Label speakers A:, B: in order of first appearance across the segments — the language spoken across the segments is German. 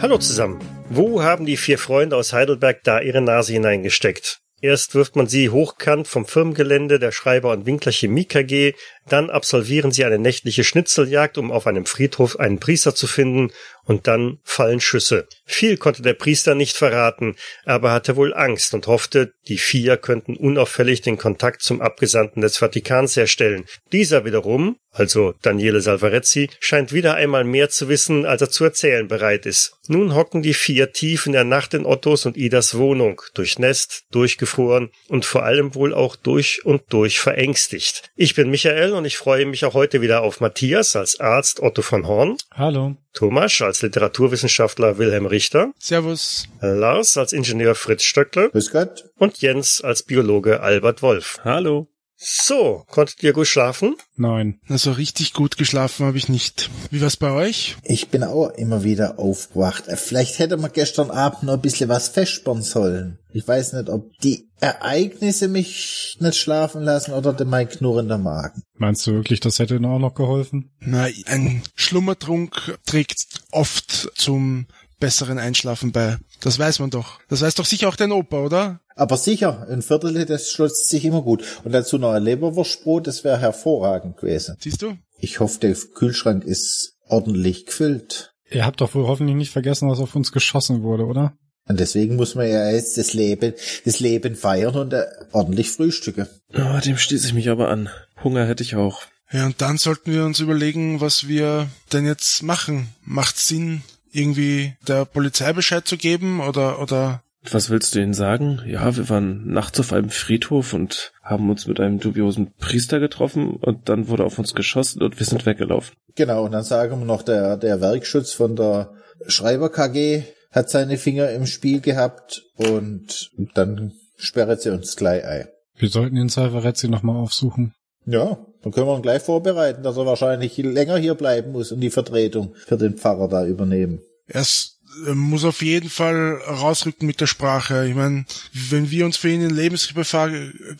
A: Hallo zusammen. Wo haben die vier Freunde aus Heidelberg da ihre Nase hineingesteckt? Erst wirft man sie hochkant vom Firmengelände der Schreiber und Winkler Chemie KG, dann absolvieren sie eine nächtliche Schnitzeljagd, um auf einem Friedhof einen Priester zu finden, und dann fallen Schüsse. Viel konnte der Priester nicht verraten, aber hatte wohl Angst und hoffte, die vier könnten unauffällig den Kontakt zum Abgesandten des Vatikans herstellen. Dieser wiederum, also Daniele Salvarezzi, scheint wieder einmal mehr zu wissen, als er zu erzählen bereit ist. Nun hocken die vier tief in der Nacht in Ottos und Idas Wohnung, durchnässt, durchgefroren und vor allem wohl auch durch und durch verängstigt. Ich bin Michael und ich freue mich auch heute wieder auf Matthias als Arzt Otto von Horn,
B: Hallo.
A: Thomas als Literaturwissenschaftler Wilhelm Richter,
C: Servus.
A: Lars als Ingenieur Fritz Stöckle
D: Grüß Gott.
A: und Jens als Biologe Albert Wolf.
E: Hallo.
A: So, konntet ihr gut schlafen?
B: Nein.
C: Also richtig gut geschlafen habe ich nicht. Wie war's bei euch?
D: Ich bin auch immer wieder aufgewacht. Äh, Vielleicht hätte man gestern Abend noch ein bisschen was festspannen sollen. Ich weiß nicht, ob die Ereignisse mich nicht schlafen lassen oder denn mein knurrender Magen.
B: Meinst du wirklich, das hätte ihnen auch noch geholfen?
C: Na, ein Schlummertrunk trägt oft zum besseren Einschlafen bei. Das weiß man doch. Das weiß doch sicher auch dein Opa, oder?
D: Aber sicher, ein Viertel, das schloss sich immer gut. Und dazu noch ein Leberwurstbrot, das wäre hervorragend gewesen.
C: Siehst du?
D: Ich hoffe, der Kühlschrank ist ordentlich gefüllt.
B: Ihr habt doch wohl hoffentlich nicht vergessen, dass auf uns geschossen wurde, oder?
D: Und deswegen muss man ja jetzt das Leben, das Leben feiern und äh, ordentlich frühstücken.
E: Oh, dem schließe ich mich aber an. Hunger hätte ich auch.
C: Ja, und dann sollten wir uns überlegen, was wir denn jetzt machen. Macht Sinn, irgendwie der Polizei Bescheid zu geben oder, oder
E: Was willst du ihnen sagen? Ja, wir waren nachts auf einem Friedhof und haben uns mit einem dubiosen Priester getroffen und dann wurde auf uns geschossen und wir sind weggelaufen.
D: Genau, und dann sagen wir noch, der, der Werkschutz von der Schreiber KG hat seine Finger im Spiel gehabt und dann sperrt sie uns gleich ein.
B: Wir sollten den Salvarezzi nochmal aufsuchen.
D: Ja, dann können wir ihn gleich vorbereiten, dass er wahrscheinlich länger hier bleiben muss und die Vertretung für den Pfarrer da übernehmen.
C: Er s- äh, muss auf jeden Fall rausrücken mit der Sprache. Ich meine, wenn wir uns für ihn in Lebensgefahr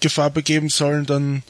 C: Gefahr begeben sollen, dann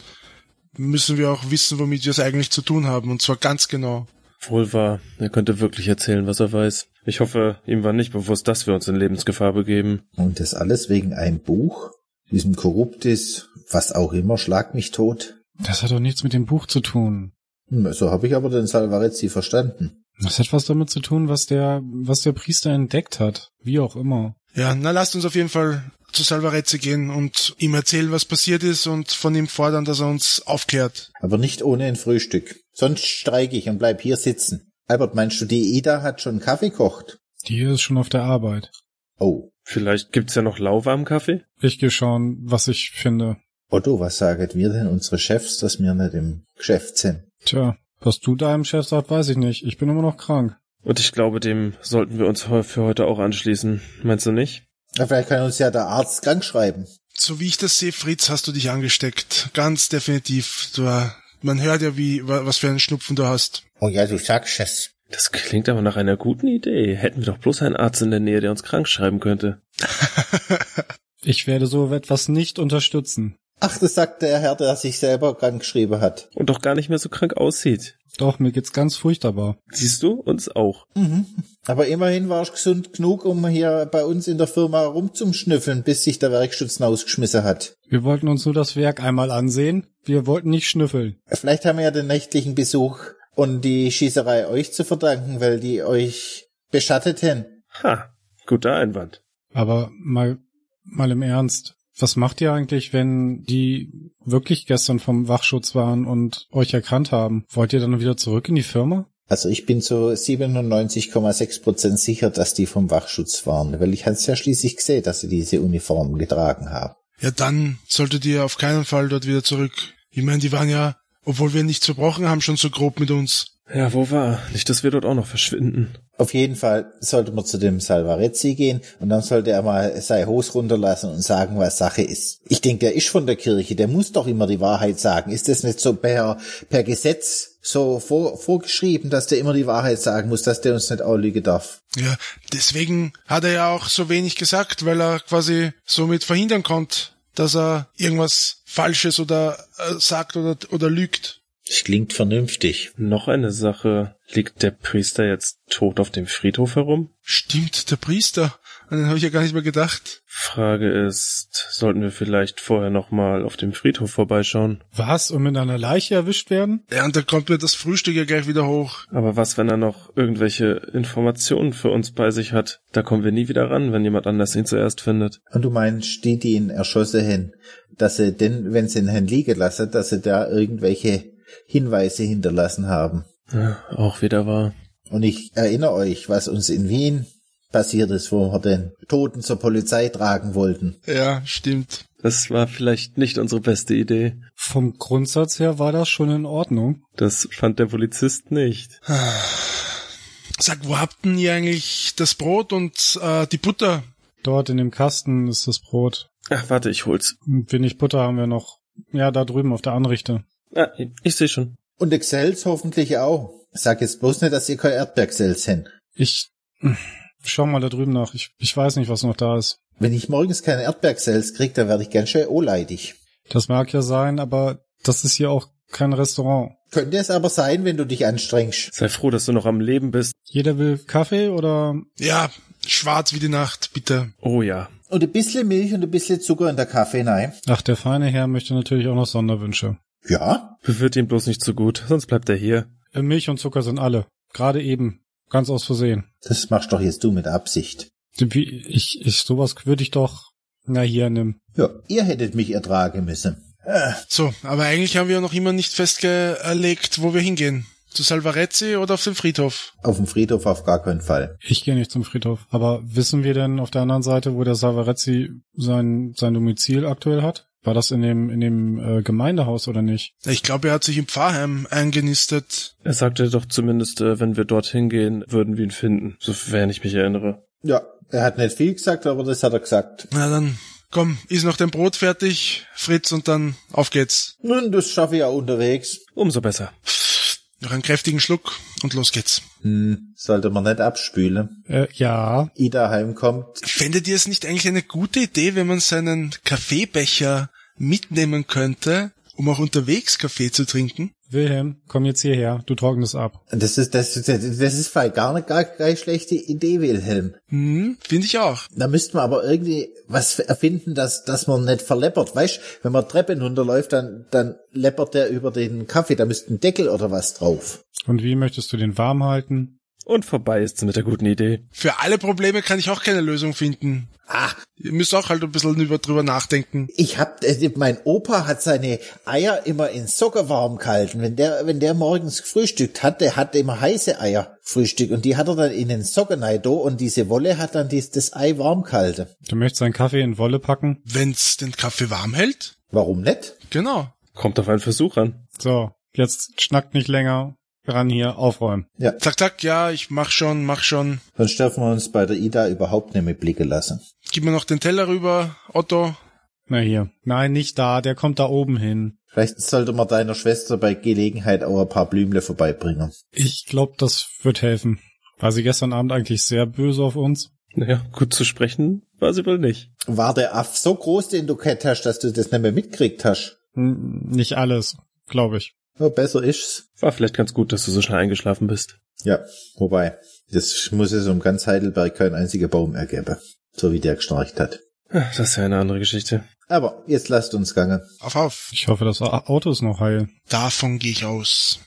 C: müssen wir auch wissen, womit wir es eigentlich zu tun haben. Und zwar ganz genau.
E: Wohl wahr, er könnte wirklich erzählen, was er weiß. Ich hoffe, ihm war nicht bewusst, dass wir uns in Lebensgefahr begeben.
D: Und das alles wegen einem Buch, diesem Korruptis, was auch immer, schlag mich tot.
B: Das hat doch nichts mit dem Buch zu tun.
D: Hm, So habe ich aber den Salvarezzi verstanden.
B: Das hat was damit zu tun, was der, was der Priester entdeckt hat. Wie auch immer.
C: Ja, na lasst uns auf jeden Fall zu Salvarezzi gehen und ihm erzählen, was passiert ist und von ihm fordern, dass er uns aufklärt.
D: Aber nicht ohne ein Frühstück. Sonst streike ich und bleib hier sitzen. Albert, meinst du, die Ida hat schon Kaffee kocht?
B: Die ist schon auf der Arbeit.
D: Oh,
E: Vielleicht gibt's ja noch lauwarmen Kaffee?
B: Ich gehe schauen, was ich finde.
D: Otto, was sagen wir denn unsere Chefs, dass wir nicht im Geschäft sind?
B: Tja, was du deinem Chef sagst, weiß ich nicht. Ich bin immer noch krank.
E: Und ich glaube, dem sollten wir uns heu- für heute auch anschließen. Meinst du nicht?
D: Na, vielleicht kann uns ja der Arzt krank schreiben.
C: So wie ich das sehe, Fritz, hast du dich angesteckt. Ganz definitiv. Du, äh, man hört ja, wie, wa- was für einen Schnupfen du hast.
D: Oh ja, du sagst es.
E: Das klingt aber nach einer guten Idee. Hätten wir doch bloß einen Arzt in der Nähe, der uns krank schreiben könnte.
B: Ich werde so etwas nicht unterstützen.
D: Ach, das sagt der Herr, der sich selber krank geschrieben hat.
E: Und doch gar nicht mehr so krank aussieht.
B: Doch, mir geht's ganz furchtbar.
E: Siehst du? Uns auch.
D: Aber immerhin war ich gesund genug, um hier bei uns in der Firma rumzuschnüffeln, bis sich der Werkschutz ausgeschmissen hat.
B: Wir wollten uns nur das Werk einmal ansehen. Wir wollten nicht schnüffeln.
D: Vielleicht haben wir ja den nächtlichen Besuch und die Schießerei euch zu verdanken, weil die euch beschatteten.
E: Ha, guter Einwand.
B: Aber mal, mal im Ernst. Was macht ihr eigentlich, wenn die wirklich gestern vom Wachschutz waren und euch erkannt haben? Wollt ihr dann wieder zurück in die Firma?
D: Also ich bin zu 97,6% sicher, dass die vom Wachschutz waren, weil ich es ja schließlich gesehen, dass sie diese Uniformen getragen haben.
C: Ja, dann solltet ihr auf keinen Fall dort wieder zurück. Ich meine, die waren ja, obwohl wir nichts verbrochen haben, schon so grob mit uns.
E: Ja, wo war? Nicht, dass wir dort auch noch verschwinden.
D: Auf jeden Fall sollte man zu dem Salvarezzi gehen und dann sollte er mal sein Hos runterlassen und sagen, was Sache ist. Ich denke, der ist von der Kirche, der muss doch immer die Wahrheit sagen. Ist das nicht so per, per Gesetz so vor, vorgeschrieben, dass der immer die Wahrheit sagen muss, dass der uns nicht auslügen darf?
C: Ja, deswegen hat er ja auch so wenig gesagt, weil er quasi somit verhindern konnte, dass er irgendwas Falsches oder äh, sagt oder, oder lügt.
D: Das klingt vernünftig.
E: Noch eine Sache. Liegt der Priester jetzt tot auf dem Friedhof herum?
C: Stimmt, der Priester. An den habe ich ja gar nicht mehr gedacht.
E: Frage ist, sollten wir vielleicht vorher nochmal auf dem Friedhof vorbeischauen?
B: Was? Und mit einer Leiche erwischt werden?
C: Ja, und da kommt mir das Frühstück ja gleich wieder hoch.
E: Aber was, wenn er noch irgendwelche Informationen für uns bei sich hat? Da kommen wir nie wieder ran, wenn jemand anders ihn zuerst findet.
D: Und du meinst, die, die ihn erschossen haben, dass sie denn, wenn sie ihn haben liegen lassen, dass sie da irgendwelche Hinweise hinterlassen haben.
E: Ja, auch wieder wahr.
D: Und ich erinnere euch, was uns in Wien passiert ist, wo wir den Toten zur Polizei tragen wollten.
C: Ja, stimmt.
E: Das war vielleicht nicht unsere beste Idee.
B: Vom Grundsatz her war das schon in Ordnung.
E: Das fand der Polizist nicht.
C: Sag, wo habt denn ihr eigentlich das Brot und äh, die Butter?
B: Dort in dem Kasten ist das Brot.
E: Ach, warte, ich hol's.
B: Ein wenig Butter haben wir noch. Ja, da drüben auf der Anrichte.
E: Ah, ich sehe schon.
D: Und Excels hoffentlich auch. Sag jetzt bloß nicht, dass ihr kein Erdbeerxels sind.
B: Ich schau mal da drüben nach. Ich, ich weiß nicht, was noch da ist.
D: Wenn ich morgens keine Erdbeerxels krieg, dann werde ich ganz schön oleidig.
B: Das mag ja sein, aber das ist hier auch kein Restaurant.
D: Könnte es aber sein, wenn du dich anstrengst.
E: Sei froh, dass du noch am Leben bist.
B: Jeder will Kaffee oder
C: Ja, schwarz wie die Nacht, bitte.
E: Oh ja.
D: Und ein bisschen Milch und ein bisschen Zucker in der Kaffee, nein.
B: Ach, der feine Herr möchte natürlich auch noch Sonderwünsche.
D: Ja?
E: Bewirrt ihn bloß nicht zu gut, sonst bleibt er hier.
B: Äh, Milch und Zucker sind alle. Gerade eben. Ganz aus Versehen.
D: Das machst doch jetzt du mit Absicht.
B: Wie, ich, ich, sowas würde ich doch, na hier, nimm.
D: Ja, ihr hättet mich ertragen müssen. Äh,
C: So, aber eigentlich haben wir noch immer nicht festgelegt, wo wir hingehen. Zu Salvarezzi oder auf den Friedhof?
D: auf dem Friedhof auf gar keinen Fall.
B: Ich gehe nicht zum Friedhof. Aber wissen wir denn auf der anderen Seite, wo der Savarezzi sein, sein Domizil aktuell hat? War das in dem, in dem äh, Gemeindehaus oder nicht?
C: Ich glaube, er hat sich im Pfarrheim eingenistet.
E: Er sagte doch zumindest, äh, wenn wir dorthin gehen, würden wir ihn finden, sofern ich mich erinnere.
D: Ja, er hat nicht viel gesagt, aber das hat er gesagt.
C: Na dann, komm, ist noch dein Brot fertig, Fritz, und dann auf geht's.
D: Nun, das schaffe ich ja unterwegs.
E: Umso besser.
C: Noch einen kräftigen Schluck und los geht's.
D: Hm, sollte man nicht abspülen.
B: Äh, ja.
D: Ida heimkommt.
C: Fändet ihr es nicht eigentlich eine gute Idee, wenn man seinen Kaffeebecher mitnehmen könnte, um auch unterwegs Kaffee zu trinken?
B: Wilhelm, komm jetzt hierher. Du trocknest ab.
D: Das ist, das, das, das ist vielleicht gar nicht gar keine schlechte Idee, Wilhelm.
C: Hm, finde ich auch.
D: Da müssten wir aber irgendwie was erfinden, dass, dass man nicht verleppert. Weißt, wenn man Treppen runterläuft, dann, dann leppert der über den Kaffee. Da müsste ein Deckel oder was drauf.
B: Und wie möchtest du den warm halten?
E: Und vorbei ist's mit der guten Idee.
C: Für alle Probleme kann ich auch keine Lösung finden.
D: Ah,
C: Ihr müsst auch halt ein bisschen über, drüber nachdenken.
D: ich hab, äh, mein Opa hat seine Eier immer in Zucker warm gehalten. Wenn der, wenn der morgens gefrühstückt hat, der hat immer heiße Eier Frühstück und die hat er dann in den Socken rein do und diese Wolle hat dann dies, das Ei warm gehalten.
B: Du möchtest deinen Kaffee in Wolle packen?
C: Wenn's den Kaffee warm hält?
D: Warum nicht?
C: Genau.
E: Kommt auf einen Versuch an.
B: So, jetzt schnackt nicht länger. Ran hier, aufräumen.
C: Zack, zack, ja, ich mach schon, mach schon.
D: Sonst dürfen wir uns bei der Ida überhaupt nicht mit blicken lassen.
C: Gib mir noch den Teller rüber, Otto.
B: Na hier. Nein, nicht da. Der kommt da oben hin.
D: Vielleicht sollte man deiner Schwester bei Gelegenheit auch ein paar Blümle vorbeibringen.
B: Ich glaube, das wird helfen. War sie gestern Abend eigentlich sehr böse auf uns?
E: Naja, gut zu sprechen war sie wohl nicht.
D: War der Aff so groß, den du gehabt hast, dass du das nicht mehr mitkriegt hast?
B: Hm, Nicht alles, glaube ich.
D: Ja, besser ist's.
E: War vielleicht ganz gut, dass du so schnell eingeschlafen bist.
D: Ja, wobei, das muss es um ganz Heidelberg kein einziger Baum ergeben. So wie der geschnarcht hat.
E: Ah, Das ist ja eine andere Geschichte.
D: Aber jetzt lasst uns gangen.
C: Auf, auf.
B: Ich hoffe, das Au- Auto ist noch heil.
C: Davon gehe ich aus.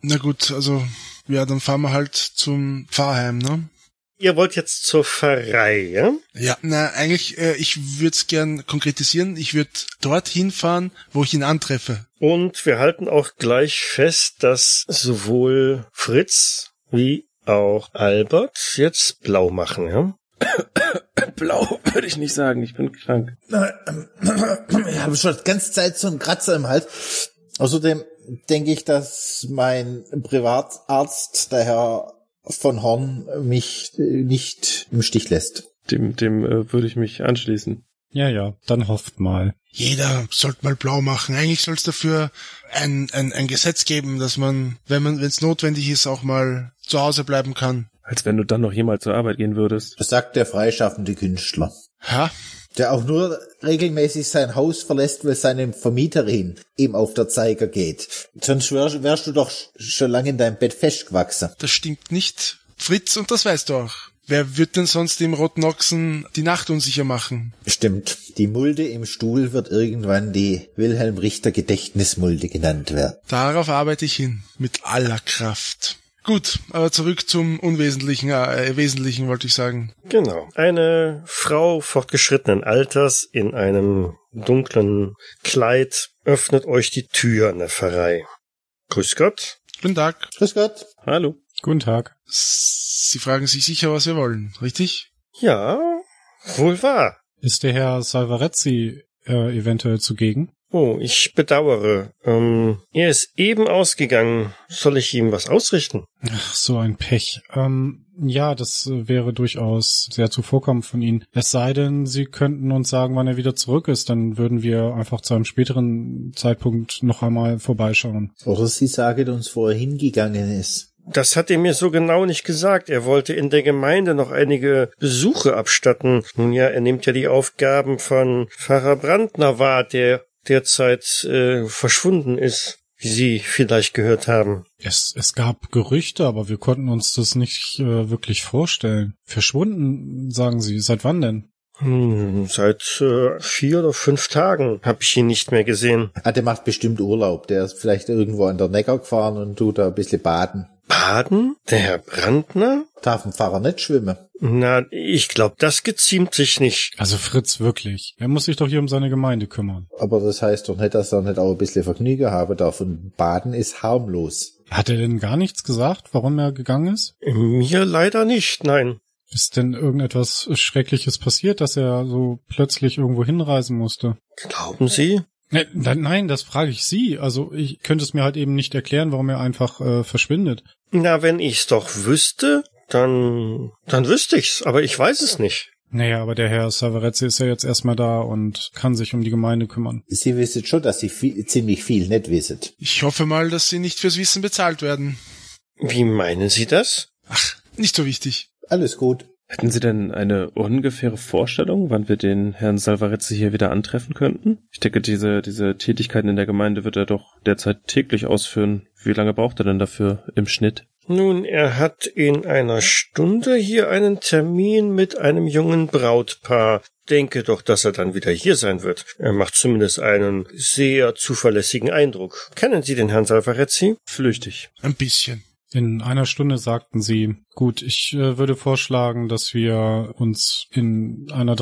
C: Na gut, also, ja, dann fahren wir halt zum Pfarrheim, ne?
A: Ihr wollt jetzt zur Pfarrei, ja?
C: Ja. Na, eigentlich, äh, ich würde es gern konkretisieren. Ich würde dorthin fahren, wo ich ihn antreffe.
A: Und wir halten auch gleich fest, dass sowohl Fritz wie auch Albert jetzt blau machen, ja?
E: Blau würde ich nicht sagen, ich bin krank.
D: Ich habe schon die ganze Zeit so einen Kratzer im Hals. Außerdem denke ich, dass mein Privatarzt, der Herr von Horn, mich äh, nicht im Stich lässt.
E: Dem, dem äh, würde ich mich anschließen.
B: Ja, ja, dann hofft mal.
C: Jeder sollte mal blau machen. Eigentlich soll es dafür ein, ein, ein Gesetz geben, dass man, wenn man, wenn es notwendig ist, auch mal zu Hause bleiben kann.
E: Als wenn du dann noch jemals zur Arbeit gehen würdest.
D: Das sagt der freischaffende Künstler,
C: Ha?
D: der auch nur regelmäßig sein Haus verlässt, weil seine Vermieterin ihm auf der Zeiger geht. Sonst wär, wärst du doch sch- schon lange in deinem Bett festgewachsen.
C: Das stimmt nicht. Fritz, und das weißt du auch. Wer wird denn sonst dem roten Ochsen die Nacht unsicher machen?
D: Stimmt. Die Mulde im Stuhl wird irgendwann die Wilhelm Richter Gedächtnismulde genannt werden.
C: Darauf arbeite ich hin. Mit aller Kraft. Gut, aber zurück zum Unwesentlichen, äh, Wesentlichen wollte ich sagen.
A: Genau. Eine Frau fortgeschrittenen Alters in einem dunklen Kleid öffnet euch die Tür an der Pfarrei. Grüß Gott.
C: Guten Tag.
D: Grüß Gott.
E: Hallo.
B: Guten Tag.
C: Sie fragen sich sicher, was wir wollen, richtig?
A: Ja, wohl wahr.
B: Ist der Herr Salvarezzi äh, eventuell zugegen?
A: Oh, ich bedauere. Ähm, er ist eben ausgegangen. Soll ich ihm was ausrichten?
B: Ach, so ein Pech. Ähm, ja, das äh, wäre durchaus sehr zuvorkommend von Ihnen. Es sei denn, Sie könnten uns sagen, wann er wieder zurück ist, dann würden wir einfach zu einem späteren Zeitpunkt noch einmal vorbeischauen.
D: Oder Sie sagen uns, wo er hingegangen ist.
A: Das hat er mir so genau nicht gesagt. Er wollte in der Gemeinde noch einige Besuche abstatten. Nun ja, er nimmt ja die Aufgaben von Pfarrer Brandner wahr, der derzeit äh, verschwunden ist, wie Sie vielleicht gehört haben.
B: Es, es gab Gerüchte, aber wir konnten uns das nicht äh, wirklich vorstellen. Verschwunden, sagen Sie. Seit wann denn?
A: Hm, seit äh, vier oder fünf Tagen habe ich ihn nicht mehr gesehen.
D: Ah, der macht bestimmt Urlaub. Der ist vielleicht irgendwo an der Neckar gefahren und tut da ein bisschen baden.
A: Baden? Der Herr Brandner?
D: Darf ein Pfarrer nicht schwimmen.
A: Na, ich glaube, das geziemt sich nicht.
B: Also Fritz, wirklich. Er muss sich doch hier um seine Gemeinde kümmern.
D: Aber das heißt doch nicht, dass er nicht auch ein bisschen Vergnügen haben darf. Und baden ist harmlos.
B: Hat er denn gar nichts gesagt, warum er gegangen ist?
A: Mir leider nicht, nein.
B: Ist denn irgendetwas Schreckliches passiert, dass er so plötzlich irgendwo hinreisen musste?
A: Glauben Sie?
B: Ne, ne- Nein, das frage ich Sie. Also ich könnte es mir halt eben nicht erklären, warum er einfach äh, verschwindet.
A: Na, wenn ich's doch wüsste, dann, dann wüsste ich's, aber ich weiß es nicht.
B: Naja, aber der Herr Savarezzi ist ja jetzt erstmal da und kann sich um die Gemeinde kümmern.
D: Sie wissen schon, dass Sie viel, ziemlich viel nicht wissen.
C: Ich hoffe mal, dass Sie nicht fürs Wissen bezahlt werden.
A: Wie meinen Sie das?
C: Ach, nicht so wichtig.
D: Alles gut.
E: Hätten Sie denn eine ungefähre Vorstellung, wann wir den Herrn Salvarezzi hier wieder antreffen könnten? Ich denke, diese, diese Tätigkeiten in der Gemeinde wird er doch derzeit täglich ausführen. Wie lange braucht er denn dafür im Schnitt?
A: Nun, er hat in einer Stunde hier einen Termin mit einem jungen Brautpaar. Denke doch, dass er dann wieder hier sein wird. Er macht zumindest einen sehr zuverlässigen Eindruck. Kennen Sie den Herrn Salvarezzi?
E: Flüchtig.
C: Ein bisschen.
B: In einer Stunde sagten sie, gut, ich äh, würde vorschlagen, dass wir uns in einer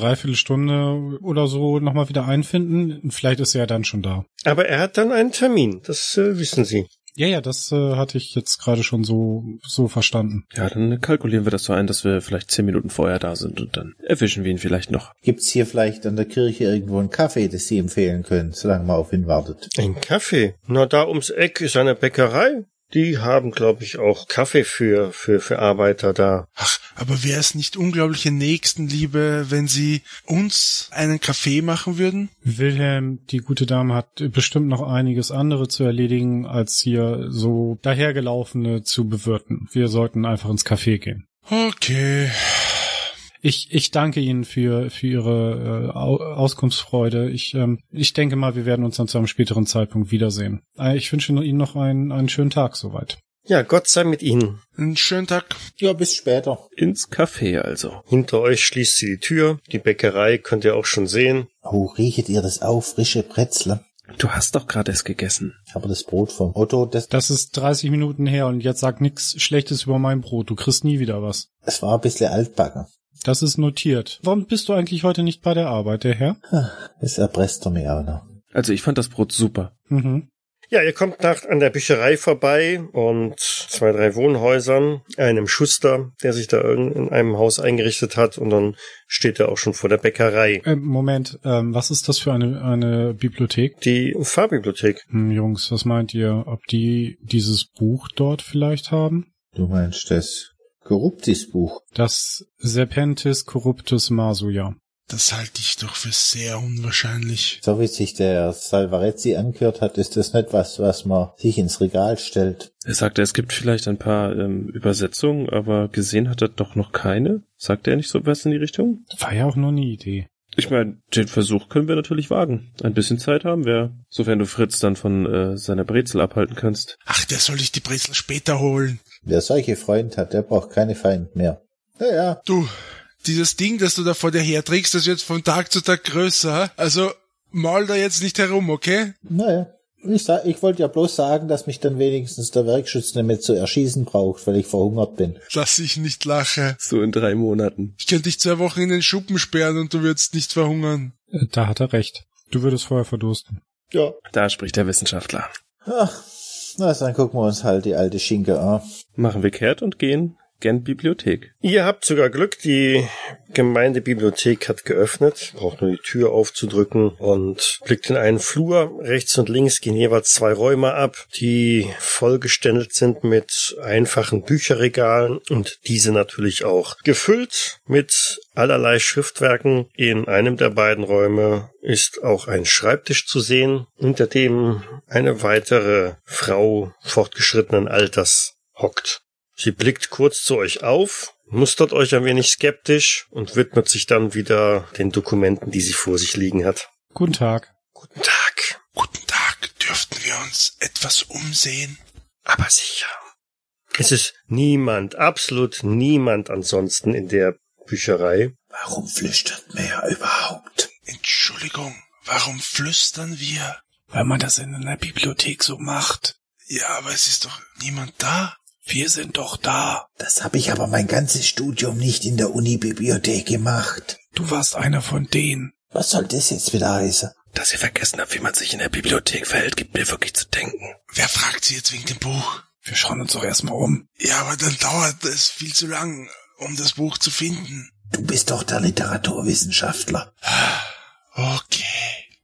B: Dreiviertelstunde oder so nochmal wieder einfinden. Vielleicht ist er ja dann schon da.
A: Aber er hat dann einen Termin, das äh, wissen Sie.
B: Ja, ja, das äh, hatte ich jetzt gerade schon so, so verstanden.
E: Ja, dann kalkulieren wir das so ein, dass wir vielleicht zehn Minuten vorher da sind und dann erwischen wir ihn vielleicht noch.
D: Gibt's hier vielleicht an der Kirche irgendwo einen Kaffee, das Sie empfehlen können, solange man auf ihn wartet?
A: Ein Kaffee? Na, da ums Eck ist eine Bäckerei. Die haben, glaube ich, auch Kaffee für, für, für Arbeiter da.
C: Ach, aber wäre es nicht unglaubliche Nächstenliebe, wenn Sie uns einen Kaffee machen würden?
B: Wilhelm, die gute Dame, hat bestimmt noch einiges andere zu erledigen, als hier so dahergelaufene zu bewirten. Wir sollten einfach ins Café gehen.
C: Okay.
B: Ich, ich danke Ihnen für, für Ihre äh, Au- Auskunftsfreude. Ich, ähm, ich denke mal, wir werden uns dann zu einem späteren Zeitpunkt wiedersehen. Äh, ich wünsche Ihnen noch einen, einen schönen Tag soweit.
A: Ja, Gott sei mit Ihnen.
C: Einen schönen Tag.
D: Ja, bis später.
E: Ins Café also.
A: Hinter euch schließt sie die Tür. Die Bäckerei könnt ihr auch schon sehen.
D: Oh, riechet ihr das auf, frische Brezel?
E: Du hast doch gerade erst gegessen.
D: Aber das Brot vom Otto, das,
B: Das ist 30 Minuten her und jetzt sag nix Schlechtes über mein Brot. Du kriegst nie wieder was.
D: das war ein bisschen altbacken.
B: Das ist notiert. Warum bist du eigentlich heute nicht bei der Arbeit, der Herr?
D: Das erpresst er mich auch noch.
E: Also ich fand das Brot super.
B: Mhm.
A: Ja, ihr kommt nach an der Bücherei vorbei und zwei, drei Wohnhäusern, einem Schuster, der sich da irgend- in einem Haus eingerichtet hat und dann steht er auch schon vor der Bäckerei.
B: Ähm, Moment, ähm, was ist das für eine, eine Bibliothek?
A: Die Fahrbibliothek.
B: Hm, Jungs, was meint ihr, ob die dieses Buch dort vielleicht haben?
D: Du meinst das Korruptis-Buch.
B: Das Serpentis Corruptus Masuja.
C: Das halte ich doch für sehr unwahrscheinlich.
D: So wie sich der Salvarezzi angehört hat, ist das nicht was, was man sich ins Regal stellt.
E: Er sagte, es gibt vielleicht ein paar ähm, Übersetzungen, aber gesehen hat er doch noch keine. Sagte er nicht so was in die Richtung?
B: War ja auch nur eine Idee.
E: Ich meine, den Versuch können wir natürlich wagen. Ein bisschen Zeit haben wir, sofern du Fritz dann von äh, seiner Brezel abhalten kannst.
C: Ach, der soll dich die Brezel später holen.
D: Wer solche Freund hat, der braucht keine Feind mehr. Naja,
C: Du, dieses Ding, das du da vor dir herträgst, das wird von Tag zu Tag größer. Also maul da jetzt nicht herum, okay?
D: naja. Ich, sa- ich wollte ja bloß sagen, dass mich dann wenigstens der Werkschütz nicht mehr zu erschießen braucht, weil ich verhungert bin.
C: Lass ich nicht lache.
E: So in drei Monaten.
C: Ich könnte dich zwei Wochen in den Schuppen sperren und du würdest nicht verhungern.
B: Äh, Da hat er recht. Du würdest vorher verdursten.
D: Ja.
E: Da spricht der Wissenschaftler.
D: Ach, na, dann gucken wir uns halt die alte Schinke an.
E: Machen wir kehrt und gehen gen Bibliothek.
A: Ihr habt sogar Glück, die Gemeindebibliothek hat geöffnet, braucht nur die Tür aufzudrücken und blickt in einen Flur. Rechts und links gehen jeweils zwei Räume ab, die vollgeständelt sind mit einfachen Bücherregalen und diese natürlich auch gefüllt mit allerlei Schriftwerken. In einem der beiden Räume ist auch ein Schreibtisch zu sehen, unter dem eine weitere Frau fortgeschrittenen Alters hockt. Sie blickt kurz zu euch auf, mustert euch ein wenig skeptisch und widmet sich dann wieder den Dokumenten, die sie vor sich liegen hat.
B: Guten Tag.
A: Guten Tag,
C: Guten Tag, dürften wir uns etwas umsehen?
A: aber sicher. Es ist niemand, absolut niemand ansonsten in der Bücherei.
D: Warum flüstert man ja überhaupt?
C: Entschuldigung, warum flüstern wir?
F: weil man das in einer Bibliothek so macht.
C: Ja, aber es ist doch niemand da.
F: Wir sind doch da.
D: Das habe ich aber mein ganzes Studium nicht in der Unibibliothek gemacht.
F: Du warst einer von denen.
D: Was soll das jetzt wieder heißen?
E: Dass ihr vergessen habt, wie man sich in der Bibliothek verhält, gibt mir wirklich zu denken.
C: Wer fragt sie jetzt wegen dem Buch?
F: Wir schauen uns doch erstmal um.
C: Ja, aber dann dauert es viel zu lang, um das Buch zu finden.
D: Du bist doch der Literaturwissenschaftler.
C: Okay.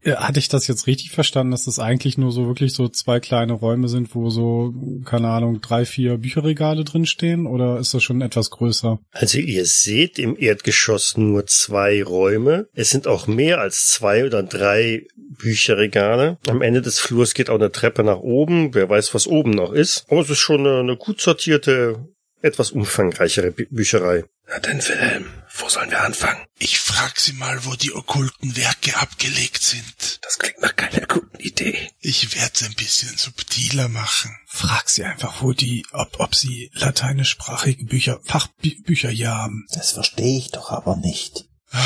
B: Äh, Hatte ich das jetzt richtig verstanden, dass das eigentlich nur so wirklich so zwei kleine Räume sind, wo so, keine Ahnung, drei, vier Bücherregale drinstehen? Oder ist das schon etwas größer?
A: Also ihr seht im Erdgeschoss nur zwei Räume. Es sind auch mehr als zwei oder drei Bücherregale. Am Ende des Flurs geht auch eine Treppe nach oben. Wer weiß, was oben noch ist. Aber es ist schon eine, eine gut sortierte, etwas umfangreichere Bü Bücherei.
E: Na denn, Wilhelm, wo sollen wir anfangen?
C: Ich frag sie mal, wo die okkulten Werke abgelegt sind.
E: Das klingt nach keiner guten Idee.
C: Ich werd's ein bisschen subtiler machen.
F: Frag sie einfach, wo die, ob, ob sie lateinischsprachige Bücher, Fachbücher hier haben.
D: Das verstehe ich doch aber nicht.
C: Ah,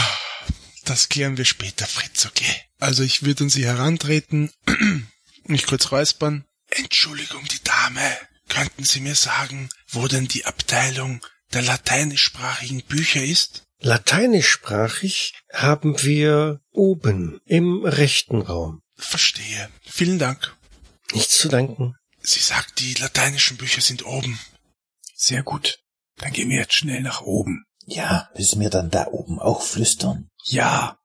C: Das klären wir später, Fritz, okay? Also ich würde an sie herantreten, mich kurz räuspern. Entschuldigung, die Dame. Könnten Sie mir sagen, wo denn die Abteilung der lateinischsprachigen Bücher ist?
A: Lateinischsprachig haben wir oben im rechten Raum.
C: Verstehe. Vielen Dank.
A: Nichts zu danken.
C: Sie sagt, die lateinischen Bücher sind oben.
F: Sehr gut. Dann gehen wir jetzt schnell nach oben.
D: Ja, müssen wir dann da oben auch flüstern?
F: Ja.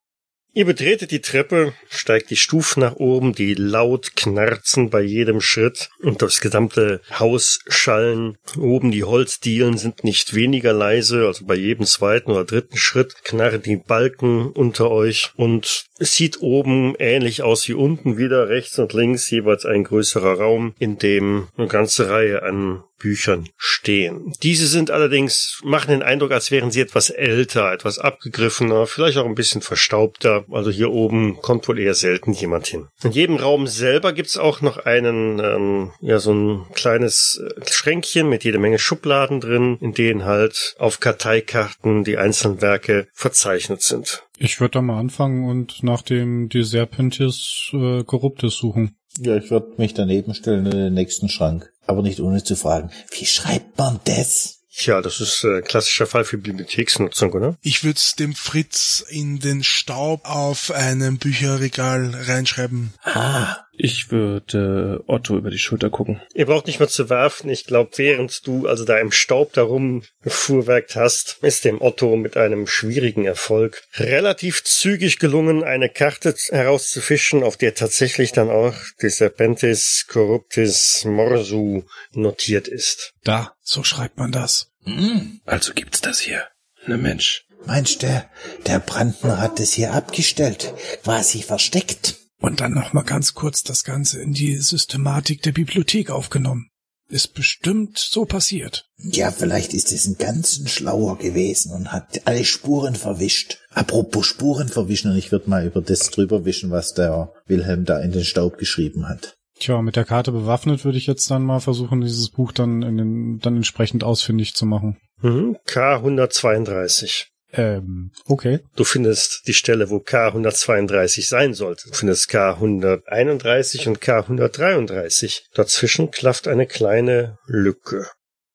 A: Ihr betretet die Treppe, steigt die Stufen nach oben, die laut knarzen bei jedem Schritt und das gesamte Haus schallen. Oben die Holzdielen sind nicht weniger leise, also bei jedem zweiten oder dritten Schritt knarren die Balken unter euch und es sieht oben ähnlich aus wie unten wieder, rechts und links jeweils ein größerer Raum, in dem eine ganze Reihe an Büchern stehen. Diese sind allerdings, machen den Eindruck, als wären sie etwas älter, etwas abgegriffener, vielleicht auch ein bisschen verstaubter. Also hier oben kommt wohl eher selten jemand hin. In jedem Raum selber gibt's auch noch einen, ähm, ja, so ein kleines äh, Schränkchen mit jede Menge Schubladen drin, in denen halt auf Karteikarten die einzelnen Werke verzeichnet sind.
B: Ich würde da mal anfangen und nach dem Die Serpentis äh, Corruptus suchen.
D: Ja, ich würde mich daneben stellen in den nächsten Schrank. Aber nicht ohne zu fragen, wie schreibt man das?
A: Tja, das ist äh, klassischer Fall für Bibliotheksnutzung, oder?
C: Ich würd's dem Fritz in den Staub auf einem Bücherregal reinschreiben.
D: Ah,
E: Ich würde äh, Otto über die Schulter gucken.
A: Ihr braucht nicht mehr zu werfen. Ich glaube, während du also da im Staub darum gefuhrwerkt hast, ist dem Otto mit einem schwierigen Erfolg relativ zügig gelungen, eine Karte herauszufischen, auf der tatsächlich dann auch die Serpentis Corruptis Morsu notiert ist.
F: Da, so schreibt man das.
D: Hm,
E: Also gibt's das hier. Na Mensch.
D: meinst du, der Brandner hat es hier abgestellt, quasi versteckt?
F: Und dann nochmal ganz kurz das Ganze in die Systematik der Bibliothek aufgenommen. Ist bestimmt so passiert.
D: Ja, vielleicht ist es ein ganz ein Schlauer gewesen und hat alle Spuren verwischt. Apropos Spuren verwischen, und ich würde mal über das drüber wischen, was der Wilhelm da in den Staub geschrieben hat.
B: Tja, mit der Karte bewaffnet würde ich jetzt dann mal versuchen, dieses Buch dann in den, dann entsprechend ausfindig zu machen.
A: Mhm. K132.
B: Ähm, okay.
A: Du findest die Stelle, wo K132 sein sollte. Du findest K131 und K133. Dazwischen klafft eine kleine Lücke.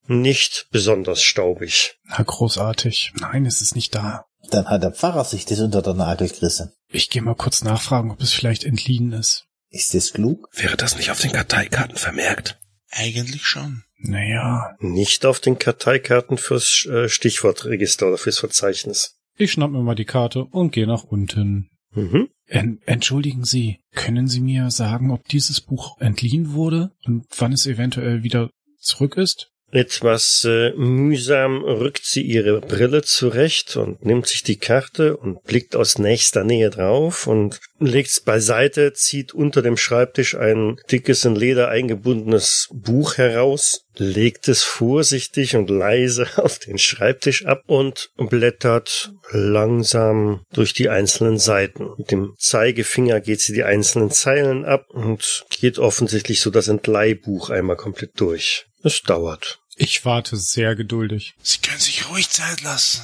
A: Nicht besonders staubig.
F: Na, großartig. Nein, es ist nicht da.
D: Dann hat der Pfarrer sich das unter der Nagel gerissen.
F: Ich gehe mal kurz nachfragen, ob es vielleicht entliehen ist.
D: Ist das klug?
E: Wäre das nicht auf den Karteikarten vermerkt?
C: Eigentlich schon.
F: Naja,
A: Nicht auf den Karteikarten fürs äh, Stichwortregister oder fürs Verzeichnis.
B: Ich schnapp mir mal die Karte und gehe nach unten.
A: Mhm.
F: en entschuldigen Sie, können Sie mir sagen, ob dieses Buch entliehen wurde und wann es eventuell wieder zurück ist?
A: Etwas äh, mühsam rückt sie ihre Brille zurecht und nimmt sich die Karte und blickt aus nächster Nähe drauf und legt's beiseite, zieht unter dem Schreibtisch ein dickes in Leder eingebundenes Buch heraus, legt es vorsichtig und leise auf den Schreibtisch ab und blättert langsam durch die einzelnen Seiten. Mit dem Zeigefinger geht sie die einzelnen Zeilen ab und geht offensichtlich so das Entleihbuch einmal komplett durch. Es dauert.
B: Ich warte sehr geduldig.
C: Sie können sich ruhig Zeit lassen.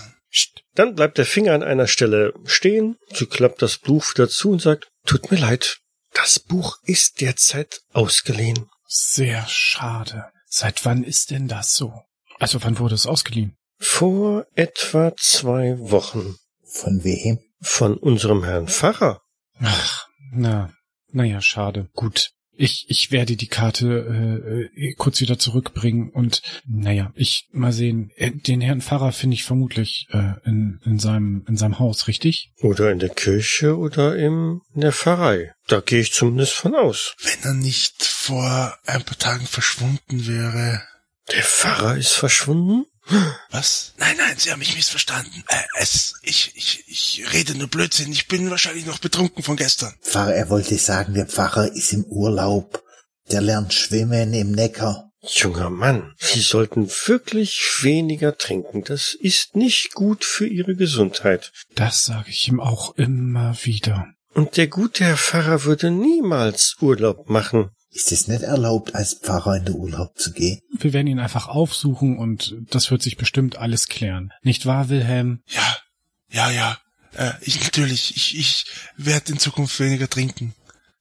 A: Dann bleibt der Finger an einer Stelle stehen, sie klappt das Buch wieder zu und sagt, tut mir leid, das Buch ist derzeit ausgeliehen.
F: Sehr schade. Seit wann ist denn das so? Also wann wurde es ausgeliehen?
A: Vor etwa zwei Wochen
D: Von wem?
A: von unserem Herrn Pfarrer.
F: Ach,
B: Na, naja, schade.
F: gut. Ich, ich werde die Karte äh, äh, kurz wieder zurückbringen und naja, ich mal sehen. Äh, Den Herrn Pfarrer finde ich vermutlich äh, in, in, seinem, in seinem Haus, richtig?
A: Oder in der Kirche oder im, in der Pfarrei. Da gehe ich zumindest von aus.
C: Wenn er nicht vor ein paar Tagen verschwunden wäre.
A: Der Pfarrer ist verschwunden?
C: Was? Nein, nein, Sie haben mich missverstanden. Äh, es, ich, ich, ich rede nur Blödsinn. Ich bin wahrscheinlich noch betrunken von gestern.
D: Pfarrer, er wollte sagen, der Pfarrer ist im Urlaub. Der lernt schwimmen im Neckar.
A: Junger Mann, Sie sollten wirklich weniger trinken. Das ist nicht gut für Ihre Gesundheit.
F: Das sage ich ihm auch immer wieder.
A: Und der gute Herr Pfarrer würde niemals Urlaub machen.
D: Ist es nicht erlaubt, als Pfarrer in den Urlaub zu gehen?
F: Wir werden ihn einfach aufsuchen und das wird sich bestimmt alles klären. Nicht wahr, Wilhelm?
C: Ja, ja, ja. Äh, ich natürlich. Ich, ich werde in Zukunft weniger trinken.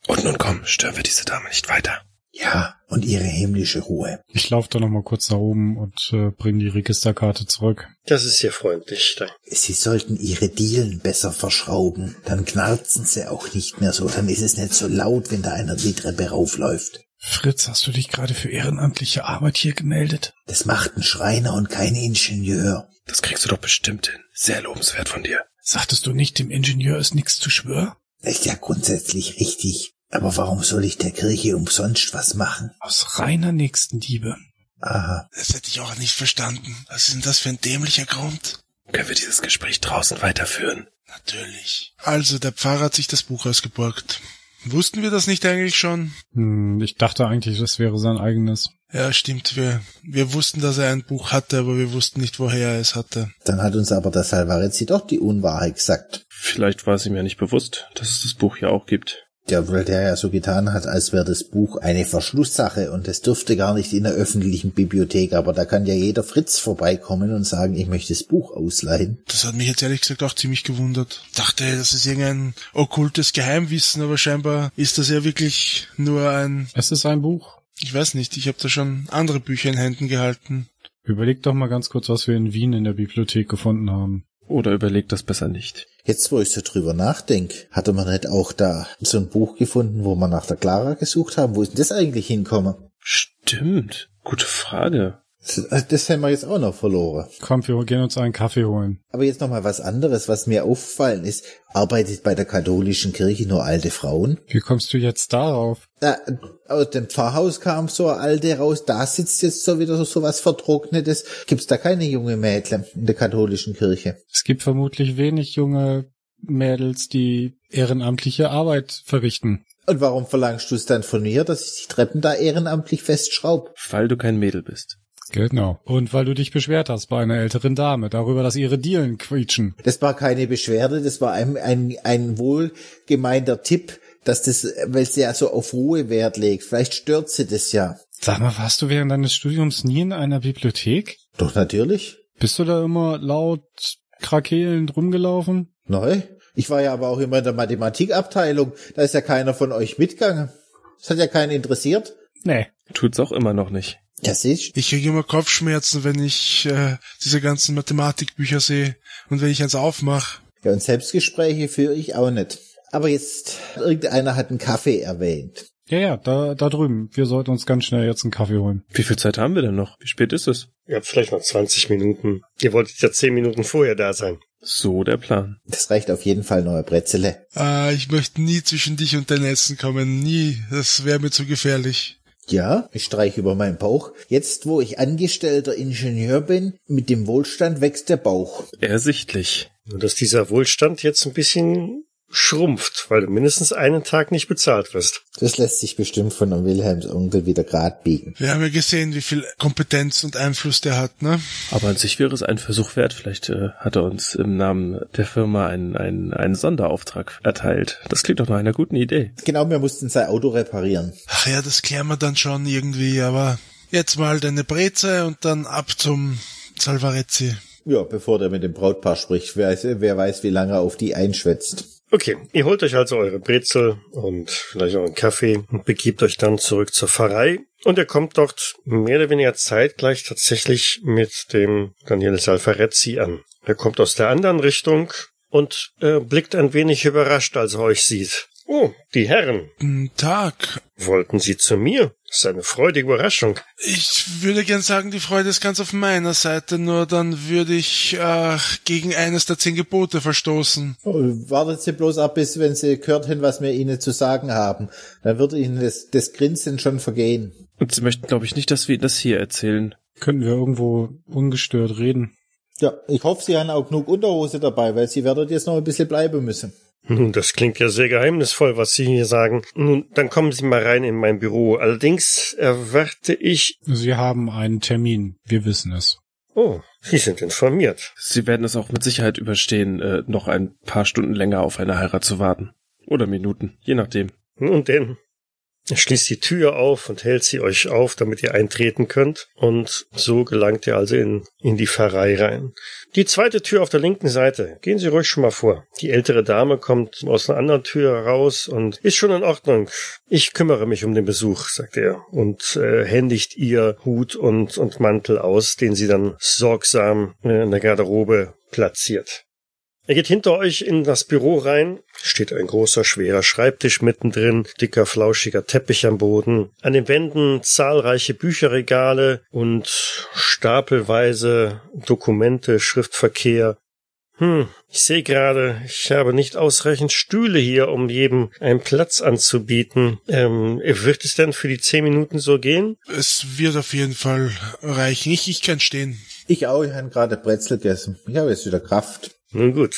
E: Und nun komm, stören wir diese Dame nicht weiter.
D: Ja, und ihre himmlische Ruhe.
B: Ich laufe da nochmal kurz nach oben und äh, bringe die Registerkarte zurück.
A: Das ist sehr freundlich.
D: Sie sollten ihre Dielen besser verschrauben. Dann knarzen sie auch nicht mehr so. Dann ist es nicht so laut, wenn da einer die Treppe raufläuft.
F: Fritz, hast du dich gerade für ehrenamtliche Arbeit hier gemeldet?
D: Das macht ein Schreiner und kein Ingenieur.
E: Das kriegst du doch bestimmt hin. Sehr lobenswert von dir.
F: Sagtest du nicht, dem Ingenieur ist nichts zu schwör?
D: Das ist ja grundsätzlich richtig. Aber warum soll ich der Kirche umsonst was machen?
F: Aus reiner Nächstenliebe.
D: Aha.
C: Das hätte ich auch nicht verstanden. Was ist denn das für ein dämlicher Grund?
E: Können wir dieses Gespräch draußen weiterführen?
C: Natürlich. Also, der Pfarrer hat sich das Buch ausgeborgt. Wussten wir das nicht eigentlich schon?
B: Hm, ich dachte eigentlich, das wäre sein eigenes.
C: Ja, stimmt. Wir, wir wussten, dass er ein Buch hatte, aber wir wussten nicht, woher er es hatte.
D: Dann hat uns aber der Salvarezzi doch die Unwahrheit gesagt.
E: Vielleicht war es ihm ja nicht bewusst, dass es das Buch ja auch gibt.
D: Ja, weil der ja so getan hat, als wäre das Buch eine Verschlusssache und es dürfte gar nicht in der öffentlichen Bibliothek, aber da kann ja jeder Fritz vorbeikommen und sagen, ich möchte das Buch ausleihen.
C: Das hat mich jetzt ehrlich gesagt auch ziemlich gewundert. Dachte, das ist irgendein okkultes Geheimwissen, aber scheinbar ist das ja wirklich nur ein...
B: Es ist ein Buch.
C: Ich weiß nicht, ich habe da schon andere Bücher in Händen gehalten.
B: Überleg doch mal ganz kurz, was wir in Wien in der Bibliothek gefunden haben.
E: Oder überlegt das besser nicht.
D: Jetzt, wo ich so drüber nachdenke, hatte man nicht auch da so ein Buch gefunden, wo man nach der Clara gesucht haben? Wo ist denn das eigentlich hinkommen?
E: Stimmt. Gute Frage.
D: Das, das haben wir jetzt auch noch verloren.
B: Komm, wir gehen uns einen Kaffee holen.
D: Aber jetzt nochmal was anderes, was mir auffallen ist. Arbeitet bei der katholischen Kirche nur alte Frauen?
B: Wie kommst du jetzt darauf?
D: Na, aus dem Pfarrhaus kam so eine alte raus, da sitzt jetzt so wieder so, so was Vertrocknetes. Gibt's da keine junge Mädchen in der katholischen Kirche?
B: Es gibt vermutlich wenig junge Mädels, die ehrenamtliche Arbeit verrichten.
D: Und warum verlangst du es dann von mir, dass ich die Treppen da ehrenamtlich festschraub?
E: Weil du kein Mädel bist.
B: Genau. Und weil du dich beschwert hast bei einer älteren Dame darüber, dass ihre Dielen quietschen.
D: Das war keine Beschwerde, das war ein, ein, ein wohlgemeinter Tipp, dass das, weil sie ja so auf Ruhe Wert legt. Vielleicht stört sie das ja.
B: Sag mal, warst du während deines Studiums nie in einer Bibliothek?
D: Doch, natürlich.
B: Bist du da immer laut krakeelend rumgelaufen?
D: Nein. Ich war ja aber auch immer in der Mathematikabteilung. Da ist ja keiner von euch mitgegangen. Das hat ja keinen interessiert.
B: Nee.
E: Tut's auch immer noch nicht.
D: Ja, siehst
C: Ich kriege immer Kopfschmerzen, wenn ich äh, diese ganzen Mathematikbücher sehe und wenn ich eins aufmache.
D: Ja, und Selbstgespräche führe ich auch nicht. Aber jetzt, irgendeiner hat einen Kaffee erwähnt.
B: Ja, ja, da, da drüben. Wir sollten uns ganz schnell jetzt einen Kaffee holen.
E: Wie viel Zeit haben wir denn noch? Wie spät ist es?
A: Ihr habt vielleicht noch 20 Minuten. Ihr wolltet ja 10 Minuten vorher da sein.
E: So der Plan.
D: Das reicht auf jeden Fall neue Brezele.
C: Äh, ich möchte nie zwischen dich und dein Essen kommen. Nie. Das wäre mir zu gefährlich.
D: Ja, ich streiche über meinen Bauch. Jetzt, wo ich angestellter Ingenieur bin, mit dem Wohlstand wächst der Bauch.
E: Ersichtlich.
A: Nur, dass dieser Wohlstand jetzt ein bisschen schrumpft, weil du mindestens einen Tag nicht bezahlt wirst.
D: Das lässt sich bestimmt von einem Wilhelms Onkel wieder grad biegen.
C: Wir haben ja gesehen, wie viel Kompetenz und Einfluss der hat, ne?
E: Aber an sich wäre es ein Versuch wert. Vielleicht äh, hat er uns im Namen der Firma einen, einen, einen Sonderauftrag erteilt. Das klingt doch nach einer guten Idee.
D: Genau, wir mussten sein Auto reparieren.
C: Ach ja, das klären wir dann schon irgendwie, aber jetzt mal deine Breze und dann ab zum Salvarezzi.
D: Ja, bevor der mit dem Brautpaar spricht, wer, wer weiß, wie lange er auf die einschwätzt.
A: Okay, ihr holt euch also eure Brezel und vielleicht auch einen Kaffee und begibt euch dann zurück zur Pfarrei. Und ihr kommt dort mehr oder weniger zeitgleich tatsächlich mit dem Daniele Salfarezzi an. Er kommt aus der anderen Richtung und äh, blickt ein wenig überrascht, als er euch sieht. Oh, die Herren,
C: Guten Tag.
A: wollten Sie zu mir? Das ist eine freudige Überraschung.
C: Ich würde gern sagen, die Freude ist ganz auf meiner Seite, nur dann würde ich äh, gegen eines der zehn Gebote verstoßen.
D: Oh, Wartet Sie bloß ab, bis wenn Sie gehört haben, was wir Ihnen zu sagen haben. Dann wird Ihnen das, das Grinsen schon vergehen.
E: Und sie möchten, glaube ich, nicht, dass wir ihnen das hier erzählen.
B: Könnten wir irgendwo ungestört reden?
D: Ja, ich hoffe, Sie haben auch genug Unterhose dabei, weil Sie werden jetzt noch ein bisschen bleiben müssen.
A: Nun, das klingt ja sehr geheimnisvoll, was Sie hier sagen. Nun, dann kommen Sie mal rein in mein Büro. Allerdings erwarte ich.
B: Sie haben einen Termin. Wir wissen es.
A: Oh, Sie sind informiert.
E: Sie werden es auch mit Sicherheit überstehen, äh, noch ein paar Stunden länger auf eine Heirat zu warten. Oder Minuten, je nachdem.
A: Nun denn. Er schließt die Tür auf und hält sie euch auf, damit ihr eintreten könnt. Und so gelangt ihr also in, in die Pfarrei rein. Die zweite Tür auf der linken Seite. Gehen Sie ruhig schon mal vor. Die ältere Dame kommt aus einer anderen Tür raus und ist schon in Ordnung. Ich kümmere mich um den Besuch, sagt er und äh, händigt ihr Hut und, und Mantel aus, den sie dann sorgsam äh, in der Garderobe platziert. Er geht hinter euch in das Büro rein, steht ein großer, schwerer Schreibtisch mittendrin, dicker, flauschiger Teppich am Boden, an den Wänden zahlreiche Bücherregale und stapelweise Dokumente, Schriftverkehr. Hm, ich sehe gerade, ich habe nicht ausreichend Stühle hier, um jedem einen Platz anzubieten. Ähm, wird es denn für die zehn Minuten so gehen?
C: Es wird auf jeden Fall reichen. Ich, ich kann stehen.
D: Ich auch, ich habe gerade Brezel gegessen. Ich habe jetzt wieder Kraft.
A: Nun gut.